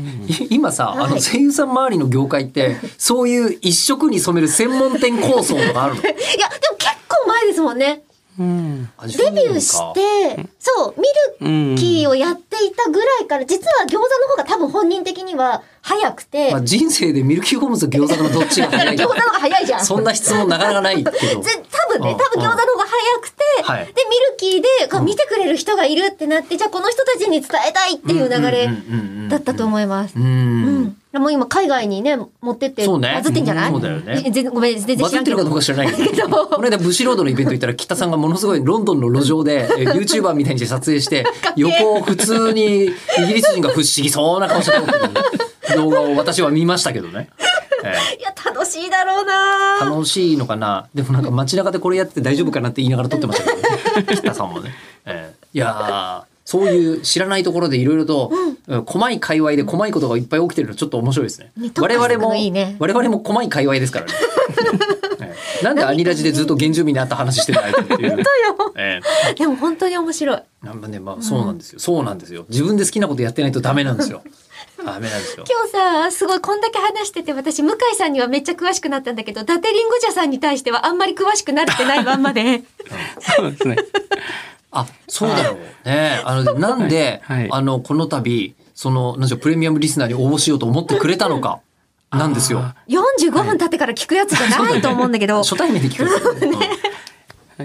Speaker 1: 今さ、あ
Speaker 2: は
Speaker 1: の
Speaker 2: い
Speaker 1: 声優さん周りの業界って、そういう一色に染める専門店構想とかあるのデ
Speaker 2: いや、でも結構前ですもんね。
Speaker 3: うん。
Speaker 2: デビューして、そう、
Speaker 3: う
Speaker 2: ミル
Speaker 3: ん。
Speaker 2: キーをやっていたぐらいから、実は餃子の方が多分本人的には早くて、
Speaker 1: まあ、
Speaker 2: だ
Speaker 1: 人生でミルキーホームズと餃子のどっちが
Speaker 2: から
Speaker 1: 早い
Speaker 2: [laughs] 餃子の方が早い
Speaker 1: [laughs]
Speaker 2: じゃん。
Speaker 1: そんな質問なかなかないけど。
Speaker 2: ぜ多分ね、
Speaker 1: うん
Speaker 2: 多分餃子の方が早くて、
Speaker 1: うんはい
Speaker 2: で、ミルキーで、こう見てくれる人がいるってなって、じゃあこの人たちに伝えたいっていう流れだったと思います
Speaker 1: う。ん。
Speaker 2: うん。もう今海外にね、持ってって、
Speaker 1: そうね
Speaker 2: バズってんじゃない
Speaker 1: そうだよね
Speaker 2: え全然ごめん、全然
Speaker 1: バ
Speaker 2: 知
Speaker 1: ズ
Speaker 2: ら
Speaker 1: っ
Speaker 2: ん
Speaker 1: て
Speaker 2: け
Speaker 1: る
Speaker 2: ど。
Speaker 1: かどうか知らないけ
Speaker 2: け
Speaker 1: ど、
Speaker 2: ど
Speaker 1: この間ブシロードのイベント行ったら、北さんがものすごいロンドンの路上
Speaker 2: [laughs]
Speaker 1: で、え YouTuber みたいにして撮影して、横を普通にイギリス人が不思議そうな顔して撮ってる動画を私は見ましたけどね。ええ
Speaker 2: いや、楽しいだろうな
Speaker 1: 楽しいのかなでもなんか街中でこれやって大丈夫かなって言いながら撮ってましたけど、ね、北さんもね、ええいやーそういう知らないところでいろいろと、うん、細い界隈で細いことがいっぱい起きてるのちょっと面白いですね
Speaker 2: ね特化
Speaker 1: 我々
Speaker 2: するの
Speaker 1: も
Speaker 2: いいね
Speaker 1: 我々も細い界隈です
Speaker 2: [laughs]
Speaker 1: からね、ええなんでアニラジでずっと原住民に会った話してないのっていう、ええ
Speaker 2: でも本当に面白い。
Speaker 1: なんかねまあそうなんですよ、そうなんですよ自分で好きなことやってないとダメなんですよダメなんですよ
Speaker 2: 今日さ、すごいこんだけ話してて、私、向井さんにはめっちゃ詳しくなったんだけど、伊達りんご茶さんに対してはあんまり詳しくなれてないまんま
Speaker 1: [laughs]
Speaker 2: で。
Speaker 3: そうですね。
Speaker 1: あ、そうだろうね。あの、なんで、
Speaker 3: はいはい
Speaker 1: あの、この度、その、なんでしょう、プレミアムリスナーに応募しようと思ってくれたのか、なんですよ。
Speaker 2: 45分経ってから聞くやつじゃないと思うんだけど、
Speaker 1: 初対面で聞くんですよね。うん
Speaker 3: は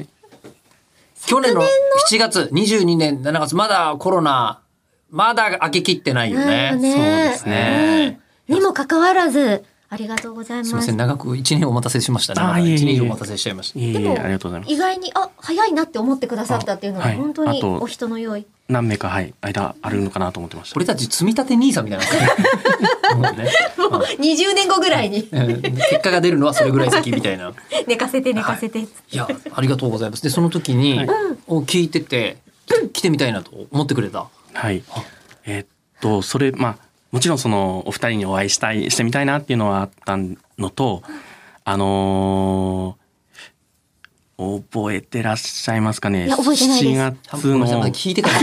Speaker 3: い
Speaker 1: 去年の7月、22年7月、まだコロナ、まだ開けきってないよ
Speaker 2: な
Speaker 1: ね。
Speaker 2: いよね
Speaker 1: そうですね。
Speaker 2: にもかかわらず、ありがとうござい
Speaker 1: すみ
Speaker 2: ま
Speaker 1: ますせん、。長く一年お待たせしましたね。
Speaker 3: あーいえいえ
Speaker 1: 一年以上お待たせしちゃいました。
Speaker 3: いえい
Speaker 2: で
Speaker 3: え
Speaker 2: も
Speaker 3: ありがとうございます。
Speaker 2: 意外に、あ、早いなって思ってくださったっていうの
Speaker 3: あ
Speaker 2: は、
Speaker 3: はい
Speaker 2: 本当に
Speaker 3: あと
Speaker 2: お人の良い。
Speaker 3: 何名かはい間あるのかなと思ってました
Speaker 1: 俺。たち積み立て兄さんみたいなもんね。も
Speaker 2: [laughs]
Speaker 1: うね
Speaker 2: 20年後ぐらいに
Speaker 1: [laughs] うん結果が出るのはそれぐらい先みたいな。
Speaker 2: 寝かせて寝かせて。
Speaker 1: いや、ありがとうございます。で、その時に、
Speaker 3: はい
Speaker 1: を聞いてて、来てみたいなと思ってくれた。
Speaker 3: はい。えーっとそれまあもちろんそのお二人にお会いしたいしてみたいなっていうのはあったのと、あのー覚えてらっしゃいますかね。
Speaker 2: いや覚えてないです
Speaker 1: 多
Speaker 3: 7月
Speaker 1: 分ごめんなさいま
Speaker 3: の
Speaker 1: だ聞い
Speaker 2: [laughs]
Speaker 1: てたから。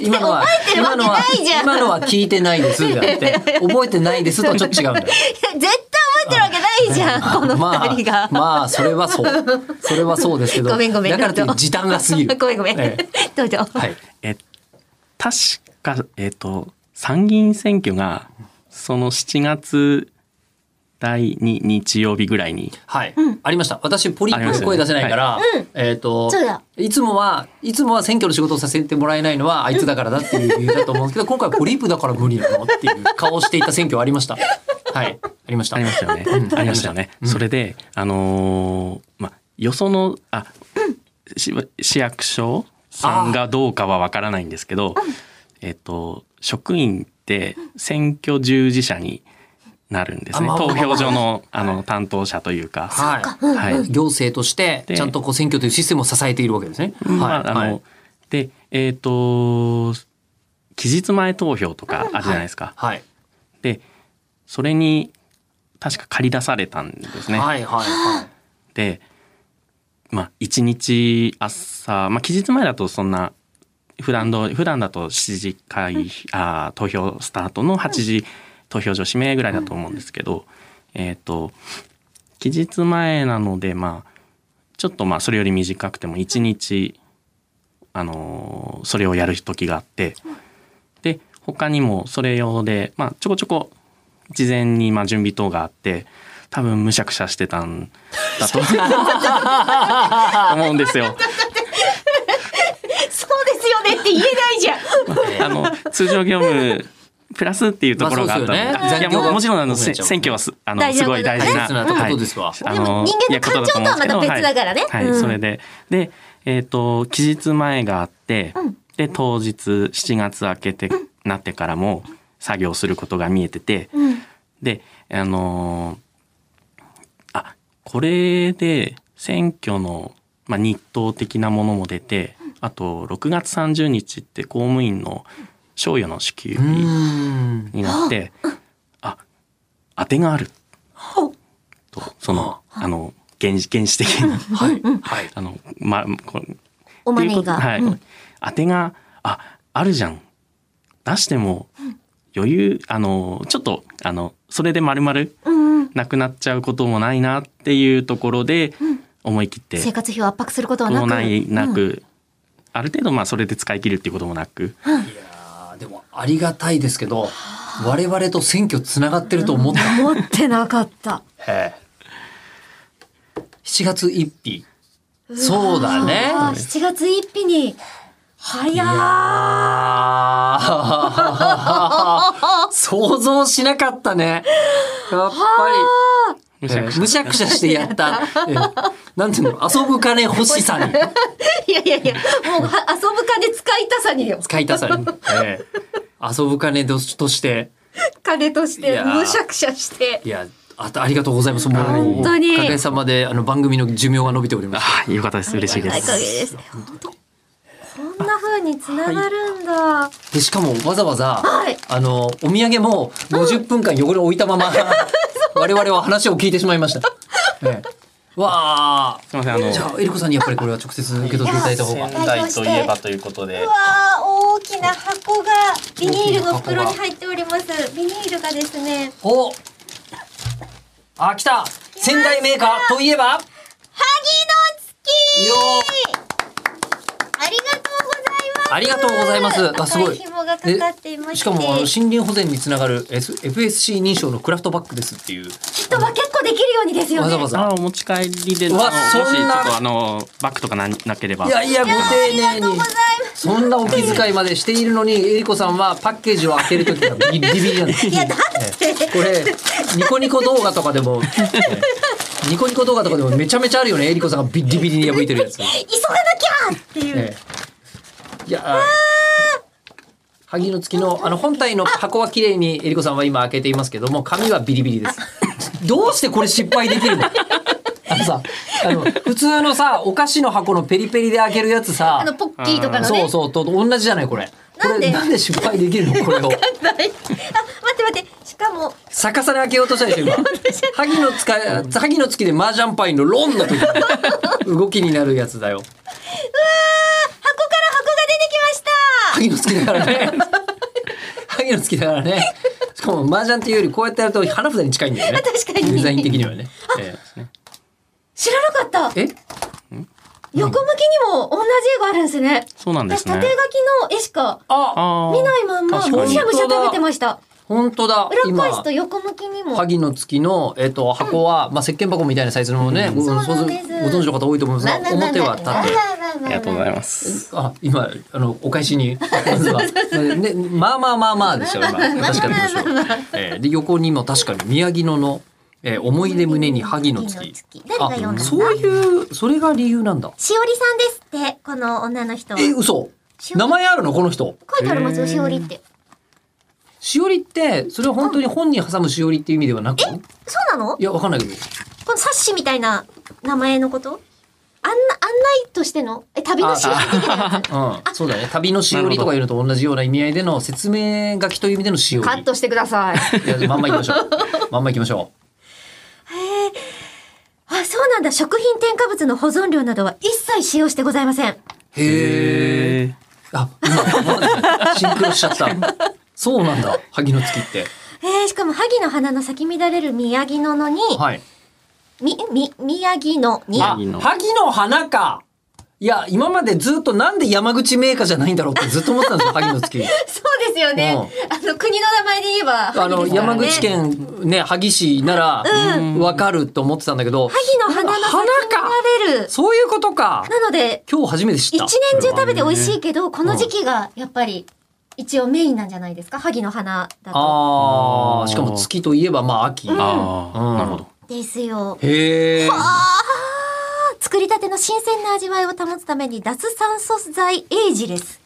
Speaker 1: 今のは、
Speaker 2: 覚えてるわ
Speaker 1: 今
Speaker 2: け
Speaker 1: のは
Speaker 2: ないじゃ、ん
Speaker 1: 今のは聞いてないですじゃなくて、
Speaker 2: [laughs]
Speaker 1: 覚えてないですとはちょっと違うんだよ。
Speaker 2: 絶対覚えてるわけないじゃん、この
Speaker 1: まあ
Speaker 2: 二人が。
Speaker 1: まあ、それはそう。それはそうですけど。
Speaker 2: ごめんごめん
Speaker 1: だからという
Speaker 2: どうぞ
Speaker 1: 時短が過ぎる。
Speaker 2: [laughs] ごめんごめん。
Speaker 1: え
Speaker 2: どうぞ。
Speaker 1: えはい。
Speaker 3: え確かえーっと参議院選挙がその7月第2日曜日ぐらいに
Speaker 1: はい、ありました。私ポリ
Speaker 3: ありまし
Speaker 1: ップ
Speaker 3: たね
Speaker 1: 声出せないから、えっ、と
Speaker 2: そうだ
Speaker 1: いつもはいつもは選挙の仕事をさせてもらえないのはあいつだからだっていう理由だと思うんですけ
Speaker 3: [laughs]
Speaker 1: ど、今回ポリープだから無理なのっていう顔をしていた選挙はありま
Speaker 3: [laughs]
Speaker 1: した。はい、ありました。
Speaker 3: ありましたよね。ありましたよね。それで、あのーまあ、よその、あ、し市役所さんがどうかはわからないんですけど、えっと、職員って選挙従事者になるんですね。
Speaker 1: あまあ
Speaker 3: 投票所の、
Speaker 1: まあ
Speaker 3: あの、担当者というか。
Speaker 1: はい。
Speaker 3: はい。
Speaker 1: 行政として
Speaker 3: で
Speaker 1: ちゃんとこう選挙というシステムを支えているわけですね。はい。
Speaker 3: まあ、あの、
Speaker 1: はい
Speaker 3: で、えっ、と、期日前投票とかあるじゃないですか。
Speaker 1: はい。
Speaker 3: で、それに、確か借り出されたんですね。
Speaker 1: はいはいはい。
Speaker 3: [laughs] で、まあ、1日朝、まあ、期日前だとそんな普段ど普段だと7時開、あー投票スタートの8時投票所指名ぐらいだと思うんですけど、えっ、と期日前なのでまあちょっとまあそれより短くても1日、あのーそれをやる時があってで他にもそれ用で、まあ、ちょこちょこ事前にまあ準備等があって多分むしゃくしゃしてたんだと思うんで
Speaker 1: [laughs]
Speaker 3: すよ。
Speaker 2: そうですよねって言えないじゃん。
Speaker 3: あの通常業務プラスっていうところがあったので、
Speaker 1: まあそうですよね
Speaker 3: いや
Speaker 1: 残業が
Speaker 3: ももちろんあのせ
Speaker 1: 増えちゃう
Speaker 3: 選挙はすあの
Speaker 2: 大事
Speaker 3: す
Speaker 2: なこ
Speaker 3: ご
Speaker 2: と
Speaker 3: い
Speaker 2: だ
Speaker 3: 大事な
Speaker 1: 大事なとことですわ
Speaker 3: はい
Speaker 2: でも人間の
Speaker 3: いやことだ思うんですけど
Speaker 2: 感情とはまた別だからね
Speaker 3: はいはい
Speaker 2: うん
Speaker 3: それででえっ、と期日前があって、で当日7月明けて、なってからも作業することが見えてて、
Speaker 2: うん。
Speaker 3: であのーあこれで選挙の、まあ、日当的なものも出てあと6月30日って公務員の賞与の支給
Speaker 1: う
Speaker 3: 日
Speaker 1: ん。
Speaker 3: になってあ当てがある
Speaker 2: ほう
Speaker 3: とそのあの原始原始的な
Speaker 1: [laughs] はいはい。
Speaker 3: あの、ま、こう
Speaker 2: おマネー
Speaker 3: っていうこと
Speaker 2: が。
Speaker 3: はい
Speaker 2: うん
Speaker 3: 当てがああるじゃん出しても余裕あのちょっとあのそれで丸々
Speaker 2: うんうん。
Speaker 3: なくなっちゃうこともないなっていうところで思い切って
Speaker 2: 生活費を圧迫することはな
Speaker 3: も
Speaker 2: く。
Speaker 3: ないな
Speaker 2: うん。
Speaker 3: くある程度まあそれで使い切るっていうこともなく
Speaker 1: いやーでもありがたいですけど、我々と選挙つながってると思った。
Speaker 2: 持ってなかった。
Speaker 1: へえ7月1日。そうだね。
Speaker 2: あー7月1日に。早
Speaker 1: いや
Speaker 2: ー
Speaker 1: ー想像しなかったね。やっぱり、
Speaker 3: むし
Speaker 1: え
Speaker 3: ゃくし
Speaker 1: ー
Speaker 3: ゃ
Speaker 1: むしゃくしゃしてやった。 [laughs] えーなんていうの遊ぶ金欲しさに、
Speaker 2: いやいやいや、もうは遊ぶ金使いたさによ。
Speaker 1: 使いたさに。えー遊ぶ金として、
Speaker 2: 金とし
Speaker 1: い
Speaker 2: て、
Speaker 1: やー
Speaker 2: むしゃくしゃして。
Speaker 1: いや、あありがとうございます。もう
Speaker 2: 本当に
Speaker 1: おかげさまで、あの、番組の寿命が伸びております。
Speaker 3: あよかったです嬉しいで
Speaker 2: おかげ
Speaker 3: す
Speaker 2: です。本当。こんな風につながるんだ。は
Speaker 1: で、しかもわざわざ、
Speaker 2: はい
Speaker 1: あの、お土産も50分間汚れを置いた
Speaker 2: [laughs]
Speaker 1: まま、我々は話を聞いてしまいました。ええ、わあ。
Speaker 3: すいませんあの
Speaker 1: じゃあ、エリコさんにやっぱりこれは直接受け取っていただいた方
Speaker 2: [laughs]
Speaker 1: が。
Speaker 2: 代といえば
Speaker 3: ということで
Speaker 2: わあ、大きな箱がビニールの袋に入っております。ビニールがですね、
Speaker 1: おあ、来た仙台メーカーといえば
Speaker 2: 萩
Speaker 1: よ
Speaker 2: の月。ありがとうございます。
Speaker 1: ありがとうございますあすごい
Speaker 2: 赤紐がかかっていま
Speaker 1: ーし
Speaker 2: し、
Speaker 1: てかも、あの、森
Speaker 2: き
Speaker 1: 林保全につながる S- FSC 認証のクラフトバッグですっていう、
Speaker 2: っとは結構できるようにですよ
Speaker 1: わ
Speaker 2: ね。
Speaker 1: ざわざ。
Speaker 3: あお持ち帰りで
Speaker 1: う
Speaker 3: あの
Speaker 1: わ
Speaker 3: もしち
Speaker 1: そん
Speaker 3: ょ
Speaker 1: な
Speaker 3: っとあのバッグとかななければ
Speaker 1: いやいや、ご丁寧に。
Speaker 2: ありがとうございます。
Speaker 1: そんなお気遣いまでしているのに、えりこさんはパッケージを開けるときがビリビリなんです。
Speaker 2: いや、だって、
Speaker 1: これ、ニコニコ動画とかでも、ニコニコ動画とかでもめちゃめちゃあるよね、えりこさんがビリビリに破いてるやつ。
Speaker 2: 急がなきゃっていう。
Speaker 1: ええいや、あ萩の月の、あの、本体の箱は綺麗にえりこさんは今開けていますけども、紙はビリビリです。どうしてこれ失敗できるのあのさ、あの、普通のさ、お菓子の箱のペリペリで開けるやつさ、
Speaker 2: あの、ポッキーとかのね。
Speaker 1: そうそう、と同じじゃない、これ。こ
Speaker 2: なんで
Speaker 1: れ、なんで失敗できるのこれを。
Speaker 2: [laughs] はいあ、待って待って。しかも、
Speaker 1: 逆さに開けようとしたでしょ、今。萩の使い、萩の月で麻雀パイのロンの時の動きになるやつだよ。
Speaker 2: 箱から箱が出てきました
Speaker 1: 萩の月だからね。萩の月だからね。しかも麻雀っていうよりこうやってやると花札に近いんだよね。
Speaker 2: 確かに
Speaker 1: デザイン的にはね。え
Speaker 2: 知らなかった
Speaker 1: ええ
Speaker 2: 横向きにも同じ絵があるんですね。
Speaker 3: そうなんで
Speaker 2: 私、
Speaker 3: すね
Speaker 2: 縦書きの絵しか
Speaker 1: あ、
Speaker 3: あー
Speaker 2: 見ないまんま、
Speaker 3: 確
Speaker 2: む
Speaker 3: か
Speaker 2: し
Speaker 3: に
Speaker 2: ゃむしゃ食べてました。
Speaker 1: 本当だ。
Speaker 2: 裏
Speaker 1: 今
Speaker 2: 返すと横向きにも。
Speaker 1: 萩の月の、えっと、箱は、まあ、石鹸箱みたいなサイズのものね、ご
Speaker 2: そう
Speaker 1: ご
Speaker 2: なん
Speaker 1: 存
Speaker 2: です
Speaker 1: ご存知の方多いと思います
Speaker 2: まあ。
Speaker 1: が、表は縦。
Speaker 3: ありがとうございますす。
Speaker 1: あ、今、あの、お返しに、まずは。ね、まあまあまあまあですよ、今。確かにどうしよう。えーで、横にも確かに宮城野の、えー思い出胸に萩の月。
Speaker 2: 誰が
Speaker 1: あ
Speaker 2: 読んだ、の
Speaker 1: そういう、それが理由なんだ。
Speaker 2: しおりさんですって、この女の人。
Speaker 1: え、
Speaker 2: 書
Speaker 1: 嘘名前あるのこの人。
Speaker 2: いてありますよ、しおりって。
Speaker 1: しおりって、それは本当に本に挟むしおりっていう意味ではなく
Speaker 2: そうなの
Speaker 1: いや、わかんないけど。
Speaker 2: この冊子みたいな名前のことあんな、案内としてのえ、旅のしおり的なやつ。
Speaker 1: うん。そうだね。旅のしおりとかいうのと同じような意味合いでの説明書きという意味でのしおり。
Speaker 2: カットしてください。
Speaker 1: いやまんま行きましょう。まんま行きましょ
Speaker 2: あ、そうなんだ。食品添加物の保存量などは一切使用してございません。
Speaker 1: う。へえ。あ、今、思わずシンクロしちゃった。そうなんだ。萩の月って。
Speaker 2: えー、しかも、萩の花の咲き乱れる宮城野のに、
Speaker 1: はい。
Speaker 2: み、み、宮城野に、
Speaker 1: あ、
Speaker 3: あ
Speaker 1: 萩の花か。いや、今までずっとなんで山口銘菓じゃないんだろうってずっと思ってたん
Speaker 2: [laughs]
Speaker 1: ですよ、萩の月。
Speaker 2: そうですよね。あの、国の名前で言えば、
Speaker 1: あの、
Speaker 2: 萩ですから
Speaker 1: 山
Speaker 2: ね
Speaker 1: 口。県ね、萩市なら、わかると思ってたんだけど、
Speaker 2: 萩の花の咲き
Speaker 1: 花か
Speaker 2: 乱れる。
Speaker 1: そういうことか。
Speaker 2: なので、
Speaker 1: 今日初めて知っ
Speaker 2: 一
Speaker 1: た。
Speaker 2: 年中食べて美味しいけど、この時期がやっぱり一応メインなんじゃないですか萩の花だと。
Speaker 1: あー、しかも月といえば、まあ、秋。
Speaker 3: ああ、
Speaker 1: うん
Speaker 3: なるほど。
Speaker 2: ですよ。
Speaker 1: へえ。
Speaker 2: 作りたての新鮮な味わいを保つために脱酸素剤エイジレス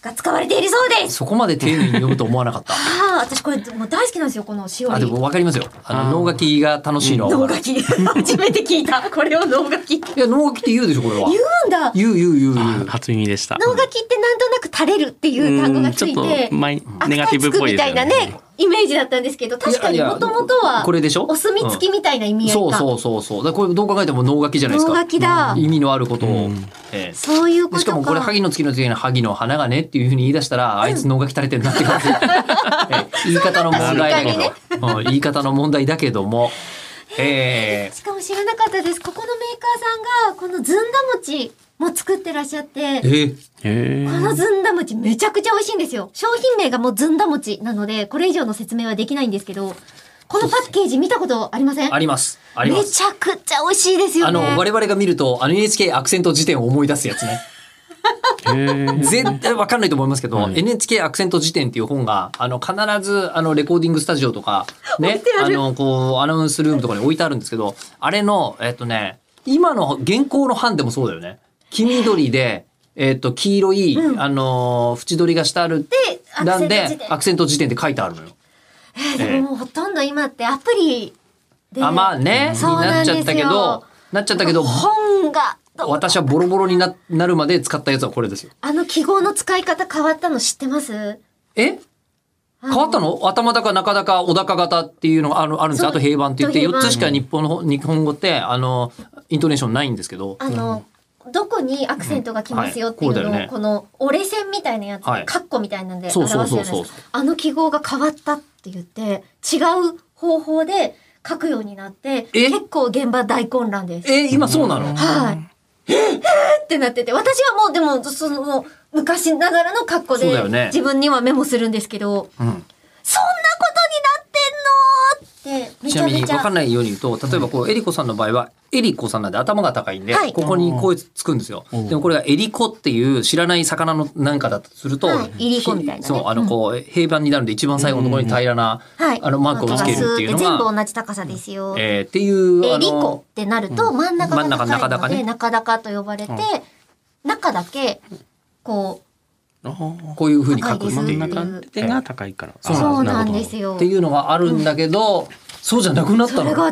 Speaker 2: が使われているそうです。
Speaker 1: そこまで丁寧に読むと思わなかった。
Speaker 2: ああ、私これもう大好きなんですよ、このしお
Speaker 1: あ、
Speaker 2: り
Speaker 1: で。もわかりますよ。あ
Speaker 3: あー
Speaker 1: の、脳書きが楽しいのはわ
Speaker 2: [laughs] 脳
Speaker 1: か
Speaker 2: 書
Speaker 1: る。
Speaker 2: き。初めて聞いた。これを脳書きって
Speaker 1: いや、脳書きって言うでしょ、これは。
Speaker 2: 言うんだ。
Speaker 1: 言う、言う、言う、言
Speaker 3: あ
Speaker 1: う。
Speaker 3: 初耳でした。
Speaker 2: 脳書きってなんとなく垂れるっていう単語
Speaker 3: う
Speaker 2: が
Speaker 3: ん
Speaker 2: つ
Speaker 3: ちょ
Speaker 2: い
Speaker 3: ってと、、マイネガティブっ
Speaker 2: つく
Speaker 3: ぽい
Speaker 2: み
Speaker 3: で
Speaker 2: た
Speaker 3: す
Speaker 2: い
Speaker 3: よ
Speaker 2: なね
Speaker 3: ね。、
Speaker 2: イメージだったんですけど、確かに
Speaker 1: いやいや
Speaker 2: もともとは、
Speaker 1: これでしょ
Speaker 2: お墨付きみたいな意味合いか。
Speaker 1: そうそうそうそう。だからこれどう考えても脳書きじゃないですか。
Speaker 2: 脳書きだ
Speaker 1: うん意味のあることを。ええ
Speaker 2: そういう
Speaker 1: で
Speaker 2: こ
Speaker 1: しか
Speaker 2: と
Speaker 1: もこれ、
Speaker 2: か。
Speaker 1: 萩の月の次に萩の花がねっていうふうに言い出したら、あいつ能書き垂れてるなって感
Speaker 2: [laughs]
Speaker 1: じ。え言い方の問題だけ
Speaker 2: そうなっ
Speaker 1: ど、うん言い方の問題だけども、ええ
Speaker 2: しかも知らなかったです。ここのメーカーさんが、このずんだ餅も作ってらっしゃって、
Speaker 1: ええ
Speaker 3: へ
Speaker 2: このずんだ餅めちゃくちゃ美味しいんですよ。商品名がもうずんだ餅なので、これ以上の説明はできないんですけど、このパッケージ見たことありません
Speaker 1: あります。ありま
Speaker 2: め
Speaker 1: す。
Speaker 2: ちゃくちゃ美味しいですよ
Speaker 1: あ
Speaker 2: ね。
Speaker 1: の、我々が見ると、あの NHK アクセント辞典を思い出すやつね。
Speaker 3: ー。
Speaker 1: 絶対わかんないと思いますけど、
Speaker 3: はい
Speaker 1: NHK アクセント辞典っていう本が、あの、必ず、あの、レコーディングスタジオと
Speaker 2: [laughs]
Speaker 1: か、ね、あの、こう、アナウンスルームとかに置いてあるんですけど、あれの、えっとね、今の現行の版でもそうだよね。黄緑で、えっと、黄色い、あの、縁取りがしてある。
Speaker 2: で、アク
Speaker 1: なん
Speaker 2: セント
Speaker 1: で
Speaker 2: 辞、典
Speaker 1: アクセント辞典って書いてあるのよ。
Speaker 2: で
Speaker 1: ええ
Speaker 2: ももうほとんど今ってアプリで。
Speaker 1: あ、まあね、に
Speaker 2: そう
Speaker 1: な
Speaker 2: な
Speaker 1: っ
Speaker 2: ん
Speaker 1: ち
Speaker 2: ですよ
Speaker 1: ゃったけど、なっちゃったけど、
Speaker 2: 本が、
Speaker 1: 私はボロボロにななるまで使ったやつはこれですよ。
Speaker 2: あの記号の使い方変わったの知ってます
Speaker 1: え変わったの頭高中高小高型っていうのがあるあるんです
Speaker 2: そう
Speaker 1: あと平板って言って
Speaker 2: と平
Speaker 1: 4
Speaker 2: 板
Speaker 1: つしか日本の日本語ってあのイントネーションないんですけど
Speaker 2: あの、どこにアクセントがきますよっていうのを、
Speaker 1: うんはい
Speaker 2: この折れ線みたいなやつで、
Speaker 1: はい
Speaker 2: カッコみたいなんで
Speaker 1: そう
Speaker 2: 表すじ
Speaker 1: そう
Speaker 2: ゃない
Speaker 1: そう
Speaker 2: で
Speaker 1: そう
Speaker 2: すか。あの記号が変わったって言って、違う方法で書くようになって、
Speaker 1: え
Speaker 2: 結構現場大混乱です。
Speaker 1: え今そうなの
Speaker 2: はい。えーってなってて、私はもうでも、その、昔ながらの格好
Speaker 1: そうだ
Speaker 2: で
Speaker 1: よ、ね
Speaker 2: 自分にはメモするんですけど、
Speaker 1: うん
Speaker 2: そんなことになってんのってめ
Speaker 1: ち
Speaker 2: ち
Speaker 1: な
Speaker 2: ゃ
Speaker 1: みに
Speaker 2: めち
Speaker 1: 分か
Speaker 2: ゃ
Speaker 1: ん。ないように言うと例えばこうえりこさんの場合はえりこさんなんで頭が高いんで、
Speaker 2: はい
Speaker 1: ここに声つくんですよ。
Speaker 4: うん
Speaker 1: でもこれがえりこっていう知らない魚のなんかだとすると、
Speaker 2: はいいりこみたいなね
Speaker 1: そうあのこう平板になるんで一番最後のところに平らな、
Speaker 2: はい。
Speaker 1: あのマークをつけるっていうの
Speaker 2: 全
Speaker 1: が、
Speaker 2: 部同じ高さですよ。え、
Speaker 1: えーっていうあの
Speaker 2: リコってなると真ん中
Speaker 1: 真ん
Speaker 2: が
Speaker 1: 中中高
Speaker 2: 高いの
Speaker 1: ね
Speaker 2: で、中高と呼ばれて、中だけ、こ
Speaker 3: あー
Speaker 1: こういうふうに書く
Speaker 2: 高い
Speaker 1: っ
Speaker 2: です
Speaker 1: て
Speaker 3: 真
Speaker 1: い
Speaker 3: ん
Speaker 1: う。
Speaker 3: 中手が高いから。
Speaker 2: う、
Speaker 1: そう
Speaker 2: そう
Speaker 3: あ
Speaker 2: な
Speaker 3: ー
Speaker 2: ん
Speaker 3: るほど
Speaker 2: ですよ
Speaker 1: って。いうのがあるんだけど、そうじゃなくなった
Speaker 2: そ
Speaker 1: の。
Speaker 2: れが違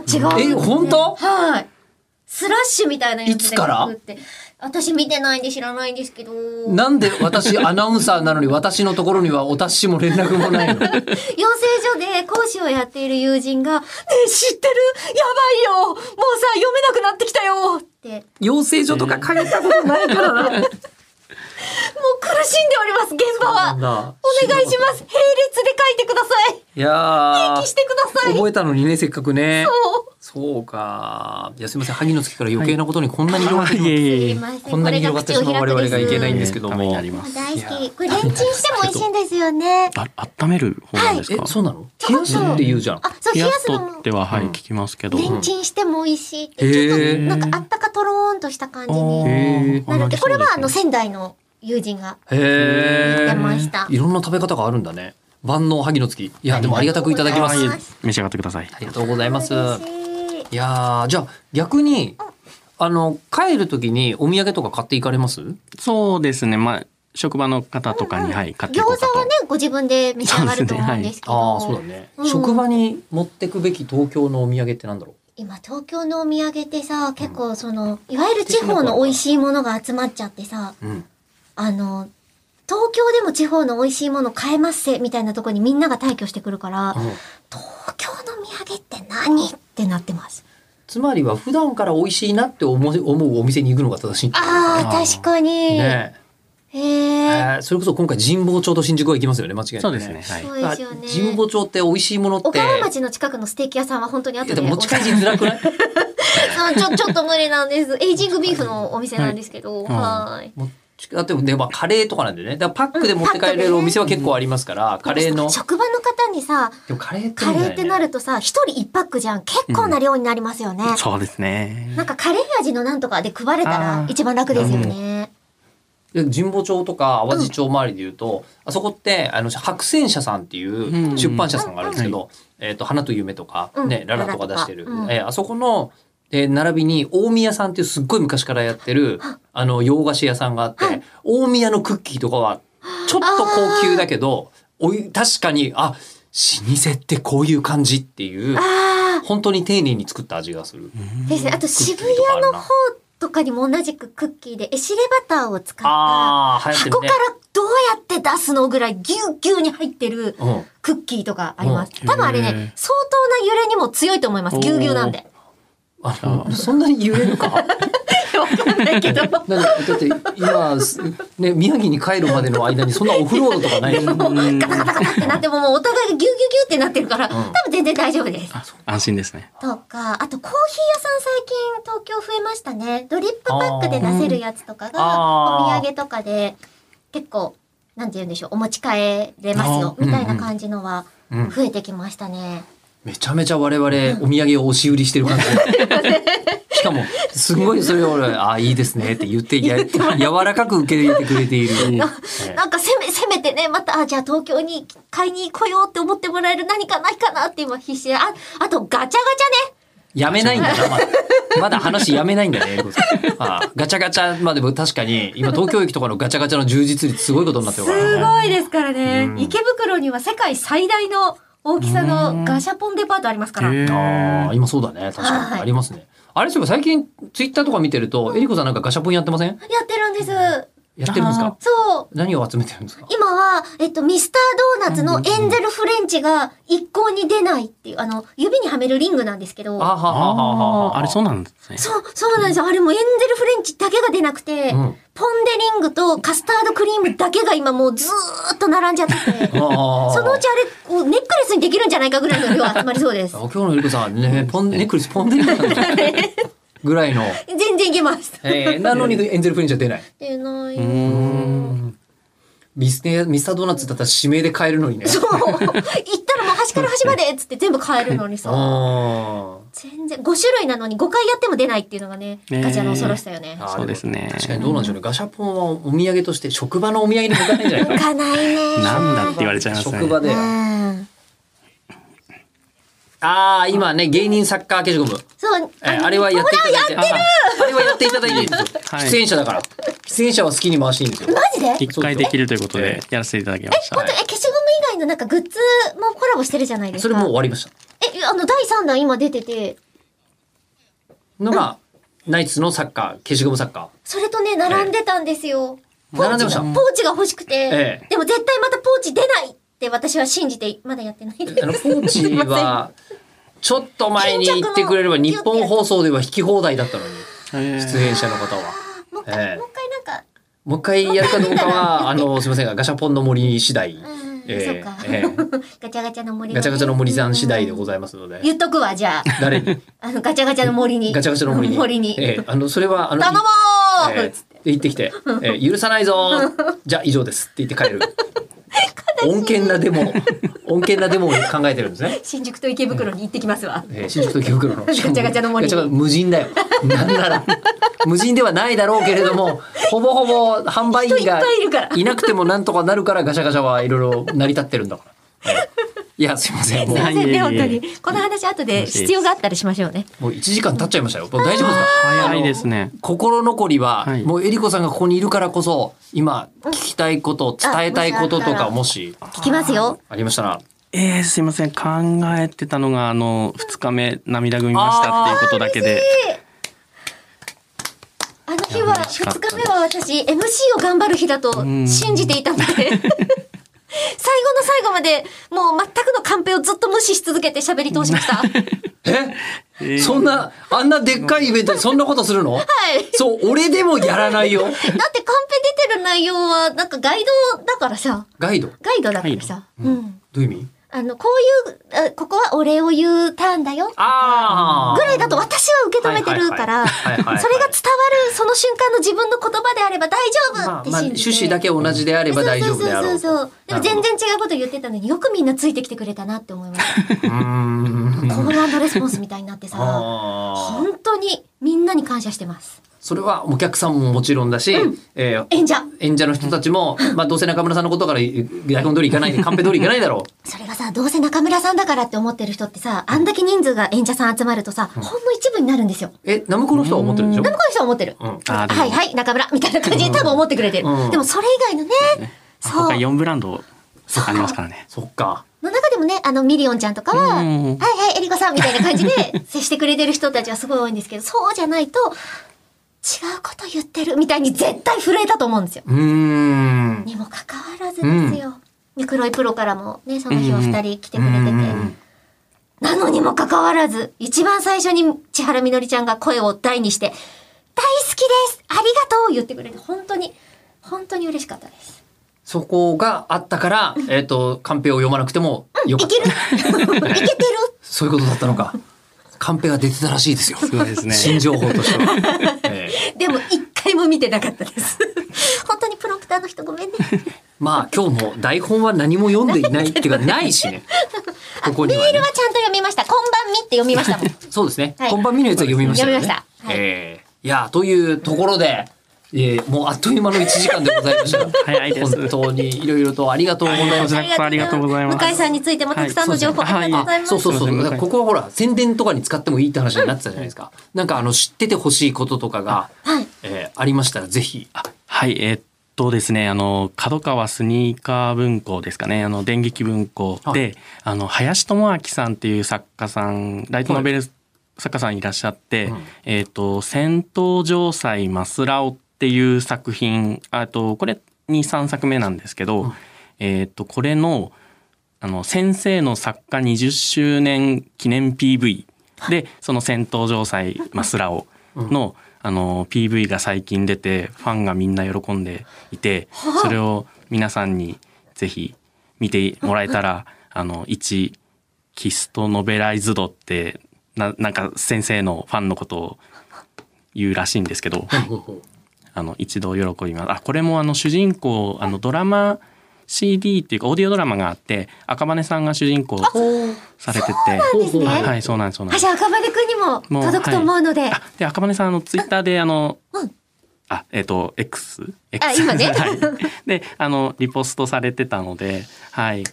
Speaker 1: え、
Speaker 2: う。
Speaker 1: 本当？
Speaker 2: はい。スラッシュみたいなやつで
Speaker 1: いつから
Speaker 2: 書くって私見てないんで知らないんですけど。
Speaker 1: なんで私アナウンサーなのに私のところにはお達しも連絡もないの
Speaker 2: 養成所で講師をやっている友人が、ねえ知ってるやばいよもうさ、読めなくなってきたよって、
Speaker 1: [laughs] 養成所とか通ったことないからな。
Speaker 2: もう苦しんでおります、現場
Speaker 1: なん
Speaker 2: は。
Speaker 1: だ
Speaker 2: お願いします。並列で書いてください。
Speaker 1: いやー
Speaker 2: してください。
Speaker 1: 覚えたのにね、せっかくね。
Speaker 2: そ
Speaker 1: そうか。いや、すみません。萩の月から余計なことにこんなに広がってしまう
Speaker 3: いえいえいえ
Speaker 2: すいません
Speaker 1: こんなに広がってしまう我々がいけないんですけど
Speaker 3: ために
Speaker 1: も
Speaker 3: な。ります。
Speaker 2: 大
Speaker 1: い
Speaker 2: 好
Speaker 1: や
Speaker 2: き。これレンチンしても美味しいんですよね。
Speaker 3: あ、温める方なんです
Speaker 1: え
Speaker 3: か。、
Speaker 1: そうなの冷やすって言うじゃん。
Speaker 2: あ、そう冷
Speaker 3: 冷や
Speaker 2: や
Speaker 3: す
Speaker 2: すの
Speaker 3: とっ
Speaker 2: も
Speaker 3: て。は、はい、
Speaker 1: うん
Speaker 3: 聞きますけど。
Speaker 2: レンチンしても美味しいって。ちょっ
Speaker 1: へ
Speaker 2: と
Speaker 1: ー
Speaker 2: なんかあったかとろーんとした感じに
Speaker 1: へ
Speaker 2: なるって。これはあの
Speaker 3: せ
Speaker 2: 仙台の友人が
Speaker 1: へ
Speaker 2: 言って
Speaker 1: ー
Speaker 2: ました。
Speaker 1: いろんな食べ方があるんだね。万能萩の月。いや、でもありがたくいただきます。
Speaker 2: はい
Speaker 1: あ
Speaker 3: 召し上がってください。
Speaker 1: りがとうございます。
Speaker 2: 嬉
Speaker 1: い
Speaker 2: しい
Speaker 1: やー、じゃあ逆に、あの、帰る時にお土産とか買っていかれます
Speaker 3: そうですね。まあ職場の方とかに、はい買ってい
Speaker 2: 餃
Speaker 3: こ
Speaker 2: 子
Speaker 3: うかと。
Speaker 2: はね、ご自分で召し上がると思うんですけ
Speaker 1: ああ、
Speaker 2: ど。
Speaker 1: そうだね。
Speaker 2: うん
Speaker 1: 職場に持ってくべき東京のお土産ってなんだろう
Speaker 2: 今東京のお土産ってさ、結構その、いわゆる地方の美味しいものが集まっちゃってさ、
Speaker 1: うん、
Speaker 2: あの、東京でも地方の美味しいもの買えますせ、みたいなとこにみんなが退去してくるから、東京の土産って何ってなってます。
Speaker 1: つまりは普段から美味しいなって思う思うお店に行くのが正しいんじゃない
Speaker 2: ああ、確かに。
Speaker 1: ね
Speaker 2: へ
Speaker 1: え
Speaker 2: え。
Speaker 1: えーそれこそ今回神保町と新宿は行きますよね間違いなく
Speaker 3: そうですね。はい。
Speaker 2: そうですよね
Speaker 1: あ。神保町って美味しいものって
Speaker 2: 小川町の近くのステーキ屋さんは本当に
Speaker 1: い
Speaker 2: 後
Speaker 1: やで
Speaker 2: で
Speaker 1: も持ち帰りづらくない [laughs]
Speaker 2: そうちょ、 [laughs] ちょっと無理なんです。エイジングビーフのお店なんですけど、
Speaker 3: い
Speaker 2: はーい。
Speaker 1: 持ちだってね、まあ、カレーとかなんでねだからパックで持って帰れるお店は結構ありますから、カレーの
Speaker 2: 職場の方にさ、
Speaker 1: でもカレーって
Speaker 2: カレーってな
Speaker 1: る
Speaker 2: るとさ、一人一パックじゃん。結構な量になりますよね。
Speaker 3: そうですね。
Speaker 2: なんかカレー味のなんとかで配れたら
Speaker 3: あー
Speaker 2: 一番楽ですよ
Speaker 1: なる
Speaker 2: ね。
Speaker 1: 神保町とか淡路町周りでいうと、あそこってあの白泉社さんっていう出版社さんがあるんですけど「えー、と花と夢」とか、
Speaker 2: うん
Speaker 1: ねララ」とか出してる、
Speaker 2: ララとかうん
Speaker 1: えーあそこの、えー並びに大宮さんっていうすっごい昔からやってるあの洋菓子屋さんがあって、大宮のクッキーとかはちょっと高級だけどおい確かにあ老舗ってこういう感じっていう
Speaker 2: あ
Speaker 1: 本当に丁寧に作った味がする。
Speaker 2: あ、ですね。あと渋谷の方とかにも同じくクッキーで、エシレバターを使った、
Speaker 1: ああ流行ってる
Speaker 2: 箱か
Speaker 1: ね
Speaker 2: ら。どうやって出すのぐらいぎゅうぎゅうに入ってる
Speaker 1: うん
Speaker 2: クッキーとかあります
Speaker 3: う。ん
Speaker 2: 多分あれ
Speaker 3: へ
Speaker 2: ね
Speaker 3: ー、
Speaker 2: 相当な揺れにも強いと思います。
Speaker 3: おー
Speaker 2: ぎゅうぎゅうなんで。
Speaker 1: あのそんなに揺れるか
Speaker 2: わかんないけど。
Speaker 1: だってだって今すね宮城に帰るまでの間にそんなオフロードとかないでしょ。
Speaker 3: うん
Speaker 2: ガタガタガタってなっても、もうお互いがぎゅうぎゅうぎゅうってなってるから、多分全然大丈夫です。
Speaker 3: 安心ですね。
Speaker 2: とか、あとコーヒー屋さん最近東京増えましたね。ドリップパックで出せるやつとか
Speaker 1: あー
Speaker 2: が、お土産とかで結構、なんて言うんでしょう、お持ち帰れますよ、
Speaker 1: あー
Speaker 2: みたいな感じのは
Speaker 1: うんうん
Speaker 2: 増えてきましたね。
Speaker 1: めちゃめちゃ我々お土産を押し売りしてる感じ。
Speaker 2: [laughs]
Speaker 1: しかもすごいそれを俺あいいですねって言ってや柔らかく受け入れてくれて
Speaker 2: [laughs]
Speaker 1: いる。ね
Speaker 2: なんかせめ、せめてね、また、あ、じゃあ東京に買いに来ようって思ってもらえる何かないかなって今必死で、あ、あとガチャガチャね。
Speaker 1: やめないんだなまだ。まだ話やめないんだね。英子さんああガチャガチャまあでも確かに今東京駅とかのガチャガチャの充実率すごいことになって
Speaker 2: す
Speaker 1: るからね。
Speaker 2: ごいですからね
Speaker 1: う。ん
Speaker 2: 池袋には世界最大の大きさのガシャポンデパートありますから。
Speaker 1: ああ今そうだね確か
Speaker 2: は
Speaker 1: に
Speaker 2: い
Speaker 1: ありますね。あれそういえば最近ツイッターとか見てるとえりこさんなんかガシャポンやってません？
Speaker 2: やってるんです。
Speaker 1: やってるんですか？
Speaker 2: そう。
Speaker 1: 何を集めてるんですか？
Speaker 2: 今は、えっと、ミスタードーナツのエンゼルフレンチが一向に出ないっていう、あの、指にはめるリングなんですけど、
Speaker 1: あはははは
Speaker 3: あ
Speaker 1: は
Speaker 3: あ、あれそうなんですね。
Speaker 2: そう、そうなんですよ。あれもエンゼルフレンチだけが出なくて、
Speaker 1: うん
Speaker 2: ポンデリングとカスタードクリームだけが今もうずーっと並んじゃって
Speaker 1: [laughs]
Speaker 2: て、
Speaker 1: ああああ
Speaker 2: そのうちあれ、こう、ネックレスにできるんじゃないかぐらいの量集まりそうです
Speaker 1: あ。今日のゆりこさんね、ポン、ネックレスポンデリングなんだぐらいの。
Speaker 2: 全然いけます。
Speaker 1: えー、なのにエンゼルフレンチは出ない。
Speaker 2: 出ないうよ。
Speaker 3: ん。
Speaker 1: ミスねミスタードーナツだったら指名で買えるのにね。
Speaker 2: そう。行ったらもう端から端までっつって全部変えるのにさ、
Speaker 1: あ
Speaker 2: 全然、5種類なのに5回やっても出ないっていうのがね、
Speaker 3: ねえ
Speaker 2: ガチャの恐ろしさよね
Speaker 1: ー。
Speaker 3: そうですね
Speaker 1: 確かにどうなんでしょうね。ガシャポンはお土産として職場のお土産に向かないんじゃないか
Speaker 2: いかないね。
Speaker 3: なんだって言われちゃいますね
Speaker 1: 職場で。
Speaker 2: うん。
Speaker 1: ああ、今ね、芸人サッカー消しゴム。
Speaker 2: そう、
Speaker 1: えーあれはやっていただいて。あれはやっていただいていいんですよ。
Speaker 3: はい
Speaker 1: 出演者だから。出演者は好きに回していいんですよ。
Speaker 2: マジで本当え、
Speaker 3: 一回できるということでやらせていただきました。
Speaker 1: はい
Speaker 2: 消しゴム以外のなんかグッズもコラボしてるじゃないですか。
Speaker 1: それもう終わりました。
Speaker 2: え、あの、第3弾今出てて、
Speaker 1: のが、ナイツのサッカー、消しゴムサッカ
Speaker 2: それとね、並んでたんですよ。
Speaker 1: え
Speaker 2: ポーチ
Speaker 1: 並んでました
Speaker 2: ポーチが欲しくて、
Speaker 1: ええ
Speaker 2: でも絶対またポーチ出ないって私は信じて、まだやってない [laughs] です。
Speaker 1: ー。あの、ポーチは、ちょっと前に言ってくれれば、日本放送では引き放題だったのに、
Speaker 3: えー
Speaker 1: 出演者の方は。
Speaker 2: もう一
Speaker 1: え
Speaker 2: 回、
Speaker 1: え
Speaker 2: もう一回なんか、
Speaker 1: もう一回やるかどうかは、あの、すみませんが、ガシャポンの森次第。
Speaker 2: うん、
Speaker 1: え
Speaker 2: そうか、
Speaker 1: ええ
Speaker 2: [laughs] ガチャガチャの森
Speaker 1: ガチャガチャの森さん次第でご
Speaker 2: い
Speaker 1: ざいますので。
Speaker 2: 言っとくわ、
Speaker 1: [laughs]
Speaker 2: じゃあ。
Speaker 1: 誰に
Speaker 2: あの、ガチャガチャの森に。
Speaker 1: ガチャガチャの森に。
Speaker 2: [laughs] 森に。
Speaker 1: ええあの、それは、あの、
Speaker 2: 頼もう、
Speaker 1: ええ行ってきて、ええ許さないぞーじゃあ以上ですって言って帰る。穏健なデモ、穏健なデモを考えてるんですね。
Speaker 2: 新宿と池袋に行ってきますわ。
Speaker 1: えー、新宿と池袋の。ガ
Speaker 2: チャガチャの森
Speaker 1: 無人
Speaker 2: [laughs]
Speaker 1: だよ。なんなら。無人ではないだろうけれども、ほぼほぼ販売員が
Speaker 2: 人いっぱいいるから
Speaker 1: いなくてもなんとかなるからガシャガシャはいろいろ成り立ってるんだ
Speaker 2: [laughs]
Speaker 1: から。えーいや、すいません。もう
Speaker 2: すいません
Speaker 3: いえいえ
Speaker 2: ね、本当に。この話後で必要があったらしましょうね。
Speaker 1: もう1時間経っちゃいましたよ。もう大丈夫ですか
Speaker 2: [laughs]
Speaker 3: 早いですね。
Speaker 1: 心残りは、
Speaker 3: はい
Speaker 1: もうえりこさんがここにいるからこそ、今、聞きたいこと、伝えたいこととか、
Speaker 2: あ
Speaker 1: もし、
Speaker 2: 聞きますよ。
Speaker 1: ありましたら、
Speaker 3: えー、すいません考えてたのがあの2日目涙ぐみましたっていうことだけで
Speaker 2: あの日はい
Speaker 3: や嬉しかった
Speaker 2: 2日目は私 MC を頑張る日だと
Speaker 3: ん
Speaker 2: 信じていたの [laughs] で最後の最後までもう全くのカンペをずっと無視し続けて喋り通しま [laughs] した。はい。
Speaker 3: え
Speaker 1: え
Speaker 3: ー
Speaker 1: そんな、あんなでっかいイベントでそんなことするのそう、俺でもやらないよ。
Speaker 2: だってカンペ出てる内容はなんかガイドだからさ、
Speaker 1: ガイドど
Speaker 2: ガイドだからさ。うん。
Speaker 1: ういう意味
Speaker 2: あの、こういうあ、ここはお礼を言うターンだよ。
Speaker 1: ああ
Speaker 2: ぐらいだと私は受け止めてるか
Speaker 1: はいはい
Speaker 2: ら、そ
Speaker 1: はいはい
Speaker 2: れが伝
Speaker 1: はい
Speaker 2: わるその瞬間の自分の言葉であれば大丈夫
Speaker 1: ま
Speaker 2: っ
Speaker 1: あ
Speaker 2: て
Speaker 1: まあ、
Speaker 2: 信じ
Speaker 1: 趣
Speaker 2: て。
Speaker 1: 旨だけ同じであれば大丈夫であろう。
Speaker 2: そうそうそうそうでも
Speaker 1: なるほ
Speaker 2: 全
Speaker 1: ど
Speaker 2: 然違うこと言ってたのによくみんなついてきてくれたなって思いました
Speaker 1: うーん
Speaker 2: コールレスポンスみたいになってさ
Speaker 1: [laughs] あー
Speaker 2: 本当にみんなに感謝してます
Speaker 1: それはお客さんももちろんだし、えー
Speaker 2: 演者
Speaker 1: 演者の人たちも、まあ、どうせ中村さんのことから台本通りいかない、カンペ通りいかないだろう。
Speaker 2: それがさどうせ中村さんだからって思ってる人ってさあんだけ人数が演者さん集まるとさ、ほんの一部になるんですよ
Speaker 1: え、ナムコの人は思ってるでしょ
Speaker 2: でもこの人は思ってる、
Speaker 1: うんあ
Speaker 3: ーでも
Speaker 2: はいはい中村みたいな感じで多分思ってくれてる、
Speaker 1: うん
Speaker 2: でもそれ以外のね、そう
Speaker 3: 他4ブランドありますからね。
Speaker 1: そっか。
Speaker 2: の中でもね、あの、ミリオンちゃんとかは、は
Speaker 3: う
Speaker 2: い
Speaker 3: ん
Speaker 2: はい、エリコさんみたいな感じで
Speaker 1: [laughs]
Speaker 2: 接してくれてる人たちはすごい多いんですけど、そうじゃないと、違うこと言ってるみたいに絶対震えたと思うんですよ。
Speaker 1: うーん。
Speaker 2: にもかかわらずですよ。ね黒いプロからもね、その日は二人来てくれてて。なのにもかかわらず、一番最初に千原みのりちゃんが声を大にして、大好きですありがとう言ってくれて、本当に、本当に嬉しかったです。
Speaker 1: そこがあったから、えっ、と、カンペを読まなくてもよか
Speaker 2: い
Speaker 1: った。
Speaker 2: けるいけてる [laughs]
Speaker 1: そういうことだったのか。カンペが出てたらしいですよ。
Speaker 3: ごいですね
Speaker 1: 新情報として
Speaker 3: [laughs]
Speaker 1: は。ええ
Speaker 2: でも一回も見てなかったです。 [laughs] 本当にプロンプターの人ごめんね。
Speaker 1: まあ、今日も台本は何も読んでいないっていうか、ないし
Speaker 2: [laughs]
Speaker 1: ね。ここに
Speaker 2: メ
Speaker 1: は、
Speaker 2: ール
Speaker 1: ね
Speaker 2: は。ちゃんと読みました。こんばんみって読みましたもん。
Speaker 1: そうですね。
Speaker 2: はい
Speaker 1: こんばんみのやつは読みましたよね。
Speaker 2: 読みましたはい
Speaker 1: ええいや、というところで、ええもうあっという間の1時間でございま
Speaker 2: [laughs]
Speaker 1: した。
Speaker 3: 早いです
Speaker 1: 本当にいろいろとありがとうございま
Speaker 3: こ
Speaker 1: し
Speaker 3: ち
Speaker 1: た。
Speaker 3: らこそありがとうございます
Speaker 2: 向井さんについてもたくさんの情報
Speaker 3: はいそう
Speaker 2: ありがとうご
Speaker 3: ですね
Speaker 2: ざいます。
Speaker 1: そうそうそう。
Speaker 3: すいません
Speaker 1: だからここはほら、宣伝とかに使ってもいいって話になってたじゃないですか。なんかあの、知っててほしいこととかが、
Speaker 2: はい。
Speaker 1: えーありましたら、ぜひ。
Speaker 3: はいえーっとですねあの角川スニーカー文庫ですかねあの電撃文庫で、
Speaker 1: はい
Speaker 3: あの林智明さんっていう作家さんライトノベル作家さんいらっしゃって「
Speaker 1: うん
Speaker 3: えーっと戦闘城塞マスラオ」っていう作品あとこれ23作目なんですけど、
Speaker 1: うん
Speaker 3: えーっとこれの「あの先生の作家20周年記念 PV でその「戦闘城塞マスラオの」あの PV が最近出てファンがみんな喜んでいてそれを皆さんにぜひ見てもらえたらあの一キストノベライズドってななんか先生のファンのことを言うらしいんですけど。あの一度喜びます。あこれもあの主人公あのドラマ CD っていうかオーディオドラマがあって赤羽さんが主人公されてて
Speaker 2: そうなんですね
Speaker 3: はいそうなんですそうなん
Speaker 2: あ、じ
Speaker 3: です
Speaker 2: ゃあ赤羽くんにも
Speaker 3: もう
Speaker 2: 届くと思うので。
Speaker 3: あで赤羽さんあのツイッターであの、
Speaker 2: うん
Speaker 3: あえっ、と X, X
Speaker 2: あ今ね
Speaker 3: [laughs] はい、であのリポストされてたのではい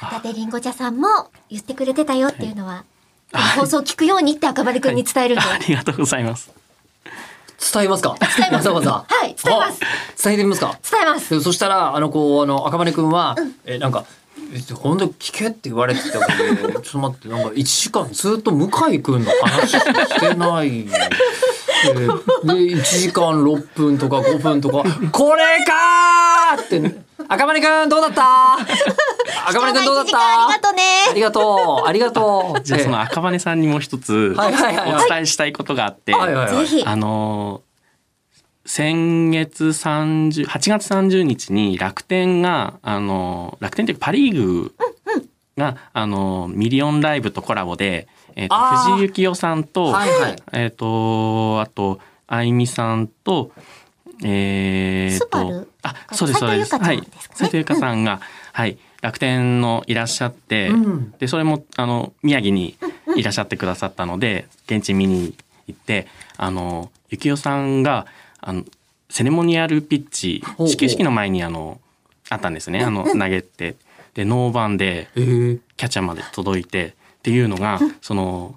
Speaker 2: だってりんご茶さんも言ってくれてたよっていうのは、放送聞くようにって赤羽くんに伝えるんで。
Speaker 3: ありがとうございます
Speaker 1: 伝えますか伝えます。わざわざ。
Speaker 2: はい伝えます
Speaker 1: あ。伝えてみますか
Speaker 2: 伝えます。
Speaker 1: でそしたらあのこうあの赤羽くんは、えなんかえ本当に聞けって言われてたから、 [laughs] ね、ちょっと待ってなんか1時間ずっと向井くんの話してない。でで1時間6分とか5分とか「これか!」って「赤羽くんどうだ [laughs] った?」「赤羽くんどうだっ
Speaker 2: 貴重な一時間あ
Speaker 1: た?
Speaker 2: り」がとうね。
Speaker 1: ありがとうありがとう。
Speaker 3: じゃあその赤羽さんにもう一つお
Speaker 1: はいはいはいはい
Speaker 3: 伝えしたいことがあって、
Speaker 1: はいはいはい
Speaker 2: ぜひ。
Speaker 3: あのー先月30 8月30日に楽天があのー楽天というかパ・リーグが、あのーミリオンライブとコラボで、えーと
Speaker 1: あー
Speaker 3: 藤井幸雄さんと,、
Speaker 1: はいはい
Speaker 3: えー、とあとあいみさんと。えー、と
Speaker 2: スバル
Speaker 3: あそうですそうです
Speaker 2: 斉藤
Speaker 3: はい
Speaker 2: 優香ちゃんですかね
Speaker 3: 斉藤優香さんが、はい楽天のいらっしゃって、
Speaker 1: うん
Speaker 3: でそれもあの宮城にいらっしゃってくださったので現地見に行ってあの幸男さんがあのセレモニアルピッチ
Speaker 1: ほう
Speaker 3: 始球式の前にあのあったんですねあの投げてでノーバンで
Speaker 1: えー
Speaker 3: キャッチャーまで届いてっていうのがその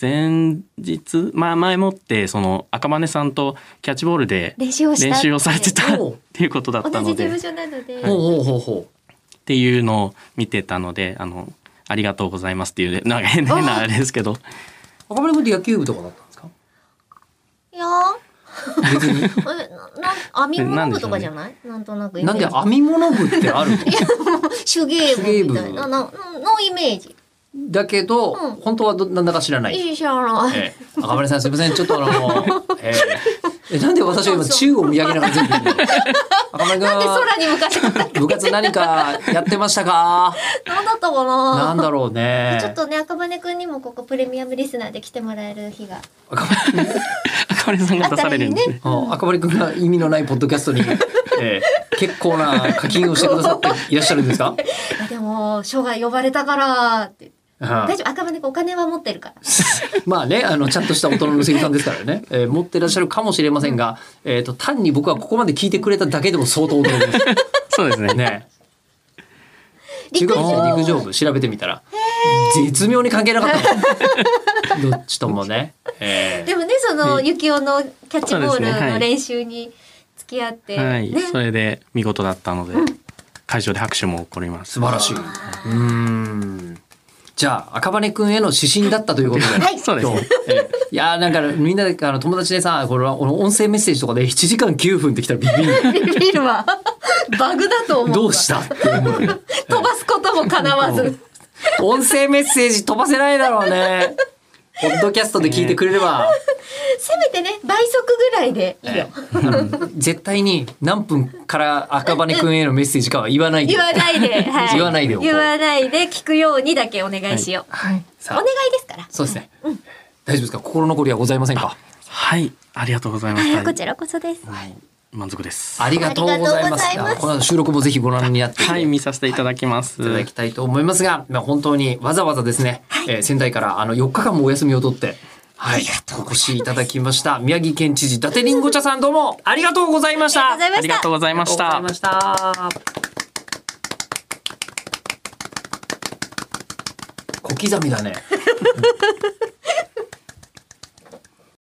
Speaker 3: 前日、まあ、前もってその赤羽さんとキャッチボールで
Speaker 2: 練習をした。
Speaker 3: 練習をされてたっ
Speaker 1: おう
Speaker 3: ていうことだっ
Speaker 2: 同
Speaker 3: た
Speaker 2: じ
Speaker 3: の
Speaker 2: 事
Speaker 3: で。
Speaker 2: 務所なので。
Speaker 1: ほうほうほうほう。
Speaker 3: っていうのを見てたのであのありがとうございますっていうねなんか変な変なあれですけど
Speaker 1: 赤羽くんって野球部とかだったんですか
Speaker 2: いや
Speaker 1: 別に。
Speaker 2: [laughs] ー、えな、編み物部とかじゃないなんとなくイメ
Speaker 1: なんで
Speaker 2: ージ。
Speaker 1: 編み物部ってあるの
Speaker 2: 手芸部みた
Speaker 1: 手芸
Speaker 2: い
Speaker 1: 部
Speaker 2: な、な、なのイメージ。
Speaker 1: だけど、
Speaker 2: うん
Speaker 1: 本当はどなんだか知らない。
Speaker 2: いいじゃない。
Speaker 1: ええ赤羽さんすみませんちょっとあ
Speaker 2: [laughs]
Speaker 1: の、えええなんで私が今宙を見上げながら全部言うの赤
Speaker 2: なんで
Speaker 1: 羽
Speaker 2: 空に向かってなん
Speaker 3: [laughs]
Speaker 2: だっ
Speaker 1: 君部活何かやってましたか
Speaker 2: たか
Speaker 1: なん
Speaker 2: な
Speaker 1: だろうね
Speaker 2: ちょっとね、赤羽くんにもここプレミアムリスナーで来てもらえる日が。
Speaker 1: 赤羽君
Speaker 3: 赤羽さんが出されるんですね
Speaker 2: あ
Speaker 1: うん赤羽君が意味のないポッドキャストに、ええ結構な課金をしてくださっていらっしゃるんです
Speaker 2: [laughs]
Speaker 1: か、
Speaker 2: いやでも、生涯呼ばれたからって。
Speaker 1: うん
Speaker 2: 大丈夫、赤羽くんお金は持ってるから。
Speaker 1: まあね、あの、ちゃんとした大人の関さんですからね、えー持ってらっしゃるかもしれませんが、えっ、と、単に僕はここまで聞いてくれただけでも相当驚きまし
Speaker 3: そうです
Speaker 1: た
Speaker 3: ね
Speaker 1: ね。中
Speaker 2: 陸
Speaker 1: 学生
Speaker 2: 上
Speaker 1: 陸上部調べてみたら、絶妙に関係なか
Speaker 2: [laughs]
Speaker 1: ったの。どっちともね。え
Speaker 2: でもね、その、
Speaker 1: ね
Speaker 2: ゆきおのキャッチボ
Speaker 3: そ
Speaker 2: ー
Speaker 3: うですね
Speaker 2: ル
Speaker 3: は
Speaker 2: の
Speaker 3: い
Speaker 2: 練習に付き合って、
Speaker 3: はい、
Speaker 2: ね
Speaker 3: それで見事だったので、会場で拍手も起こりま
Speaker 1: ー
Speaker 3: す
Speaker 1: 素晴らしい。うーん。じゃあ、赤羽くんへの指針だったということで。
Speaker 2: [laughs] はい
Speaker 3: そうです
Speaker 1: 今
Speaker 3: ね
Speaker 1: 日えーいやーなんかみんなであの友達でさこれはこの音声メッセージとかで1時間9分ってきたらビ
Speaker 2: [laughs]
Speaker 1: ビる
Speaker 2: [laughs] ビビるわ。バグだと思うわ。
Speaker 1: どうしたって思うよ
Speaker 2: 飛ばすこともかなわず。
Speaker 1: 音声メッセージ飛ばせないだろうね。ポッドキャストで聞いてくれれば、
Speaker 2: せめてね、倍速ぐらいでいいよ。
Speaker 1: 絶対に何分から赤羽くんへのメッセージかは言わないで
Speaker 2: 言。わな
Speaker 1: [laughs]
Speaker 2: いで、はい
Speaker 1: 言わないでおこう
Speaker 2: 言わないで聞くようにだけお願いしよう。お
Speaker 1: さ
Speaker 2: 願
Speaker 1: あ、
Speaker 2: いですから。
Speaker 1: そうですね。大丈夫ですか心残りはございませんか
Speaker 3: はいありがとうございま
Speaker 2: はい、
Speaker 3: し
Speaker 2: こ
Speaker 3: た
Speaker 2: ちらこそです。
Speaker 3: 満足です
Speaker 1: ありがとうございます。
Speaker 2: ありがとうございます
Speaker 1: いやこの収録もぜひご覧になっていた
Speaker 3: は
Speaker 1: だ
Speaker 3: い
Speaker 1: き
Speaker 3: 見させていただきます、
Speaker 1: いただきたいと思いますが、まあ、本当にわざわざですね、えー仙台からあの4日間もお休みを取って、はい、お越しいただきました。宮城県知事、伊達りんご茶さんどうもありがとうございました。
Speaker 2: ありがとうございま
Speaker 3: あ
Speaker 2: し
Speaker 3: り
Speaker 2: た
Speaker 3: が。とうございました
Speaker 1: ありがとうございました。小刻みだね。